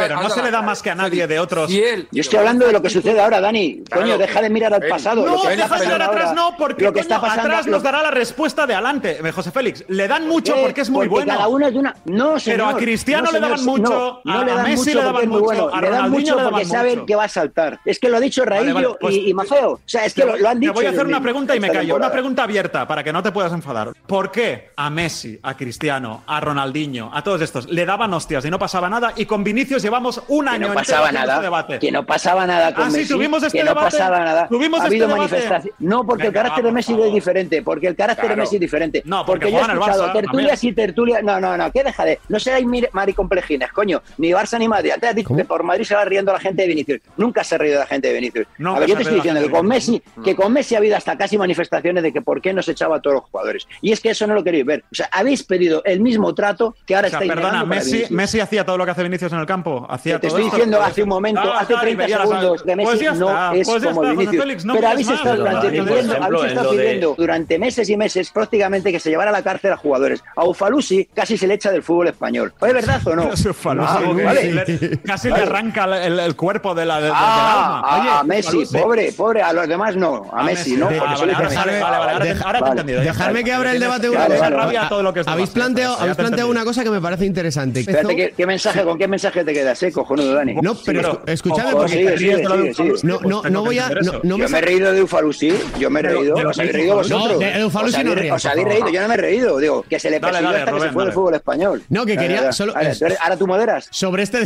pero no se le da más que a nadie de otros. Yo estoy hablando de lo que sucede ahora, Claro. Dani. Eh, Coño, deja de mirar al Ven. pasado. No, lo que está deja de mirar pasando atrás, ahora, no, porque lo que coño, está pasando, atrás lo- nos dará la respuesta de adelante. Eh, José Félix, le dan mucho ¿Qué? porque es muy Eh, Porque bueno. cada uno es de una- No, señor. Pero a Cristiano No, le daban señor, mucho, no, no a, le a dan Messi mucho le porque daban es muy mucho, bueno, a le dan Ronaldinho mucho le daban porque saben mucho. que va a saltar. Es que lo ha dicho Vale, Raillo vale, pues- y, y Maceo. O sea, es que Te lo, voy- lo han dicho. Te voy a ellos hacer una mismos pregunta y me esta callo. Una temporada. pregunta abierta para que no te puedas enfadar. ¿Por qué a Messi, a Cristiano, a Ronaldinho, a todos estos le daban hostias y no pasaba nada? Y con Vinicius llevamos un Que año no entero pasaba haciendo este nada. debate. Que no pasaba nada con Ah, sí, Messi. tuvimos este que no debate. pasaba nada. Tuvimos ha este habido debate. manifestaciones. No, porque Venga, el carácter va, de Messi es diferente. Porque el carácter Claro. de Messi es diferente. No, porque yo he juegan al escuchado Barça, a tertulias ver. y tertulias. No, no, no. Que deja de. No seáis mir- maricomplejines, coño. Ni Barça ni Madrid. Antes has dicho que por Madrid se va riendo la gente de Vinicius. Nunca se ha reído la gente de Vinicius. Nunca a ver, yo se te ha estoy reído la diciendo que gente con de Messi, Vinicius. que con Messi ha habido hasta casi manifestaciones de que por qué no se echaba a todos los jugadores. Y es que eso no lo queréis ver. O sea, habéis pedido el mismo trato que ahora O sea, estáis perdona, negando para Messi, Vinicius. Messi hacía todo lo que hace Vinicius en el campo. Hacía Que te todo estoy esto. diciendo hace un momento, Ah, hace Javi, 30 ya la segundos, sabes. que Messi Pues ya no está, pues es ya como está, José Vinicius. Félix, no pero pidas habéis más. estado Pero durante, Dani, eh, por pidiendo, ejemplo, habéis en estado lo de- pidiendo durante meses y meses prácticamente que se llevara a la cárcel a jugadores. A Ufalusi casi se le echa del fútbol español. ¿Es verdad o no? Ese Ufalusi, Ah, que ¿vale? le- Casi le Vale. arranca el, el- el cuerpo de la. de- de- Ah, del alma. Oye, a, a Messi, Ufalusi. pobre, pobre, a los demás no, a, A Messi, Messi, no. de- porque ah, suele vale, ser ahora- Messi. vale, vale, ahora te- ahora te he entendido, ¿eh? ya está. Dejarme que abra el debate una Vale, cosa. vale, vale. rabia todo lo que es Habéis demás, planteado, ya te habéis entendí. planteado una cosa que me parece interesante. Espérate, ¿qué, qué mensaje, ¿con qué mensaje te quedas, eh, cojonudo, Dani? No, pero escu- escuchadme, Ojo, porque- sigue, sigue, no, sigue, sigue. no, no, no voy a- no, no me yo me he sa- reído de Ufalusi, yo me he De lo- reído, de lo os que habéis hizo reído Ufalusi. vosotros. No, de Ufalusi Os no habéis- rías, Os por habéis favor. reído, yo no me he reído, digo, que se le Dale, persiguió dale, hasta que se Rubén, fue del dale. fútbol español. No, que Dale, quería dale. solo- Dale, es- ¿tú eres- ¿Ahora tú moderas? Sobre este.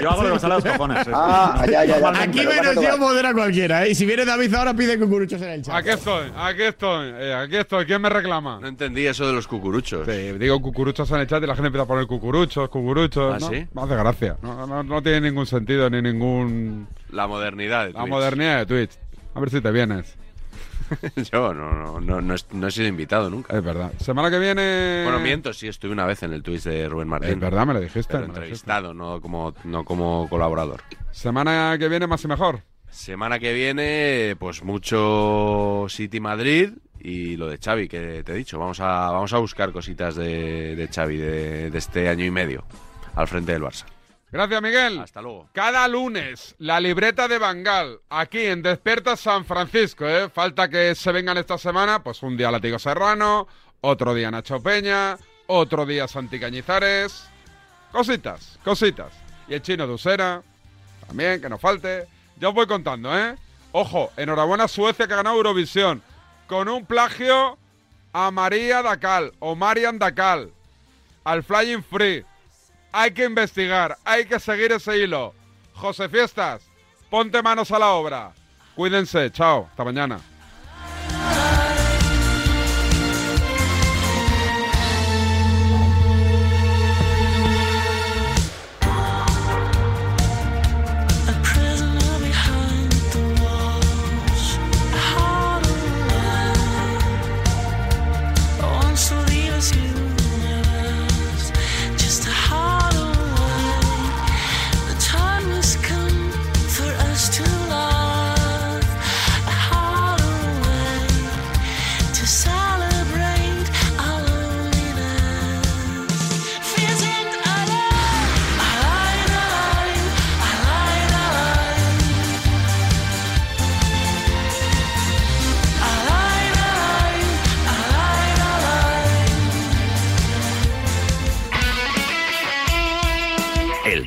Yo hago lo que me sale a los cojones. eh. Ah, ya, ya, ya. Aquí Pero vas a menos tocar. yo modera cualquiera, ¿eh? Y si viene David ahora pide cucuruchos en el chat. Aquí estoy, aquí estoy, eh, aquí estoy. ¿Quién me reclama? No entendí eso de los cucuruchos. digo cucuruchos en el chat y la gente empieza a poner cucuruchos, cucuruchos. ¿Ah, ¿no? sí? Me hace gracia. No, no- no tiene ningún sentido ni ningún. La modernidad de La Twitch. modernidad de Twitch. A ver si te vienes. Yo no, no, no, no, he, no he sido invitado nunca. Es verdad. Semana que viene. Bueno, miento, sí, estuve una vez en el Twitch de Rubén Martín. Es verdad, me lo dijiste, Pero me lo entrevistado, no como, no como colaborador. Semana que viene más y mejor. Semana que viene, pues mucho City Madrid y lo de Xavi, que te he dicho. Vamos a, vamos a buscar cositas de, de Xavi de, de este año y medio al frente del Barça. Gracias, Miguel. Hasta luego. Cada lunes, la libreta de Bangal, aquí en Desperta San Francisco, ¿eh? Falta que se vengan esta semana, pues un día Latigo Serrano, otro día Nacho Peña, otro día Santi Cañizares. Cositas, cositas. Y el chino de Usera, también, que no falte. Ya os voy contando, ¿eh? Ojo, enhorabuena a Suecia que ha ganado Eurovisión, con un plagio a María Dacal, o Marian Dacal, al Flying Free. Hay que investigar, hay que seguir ese hilo. José Fiestas, ponte manos a la obra. Cuídense, chao, hasta mañana. Just a hollow word. The time has come for us to love. A hollow way to celebrate our loneliness. Feels it alive. Alive, alive, alive, alive. Alive, alive, alive, alive. El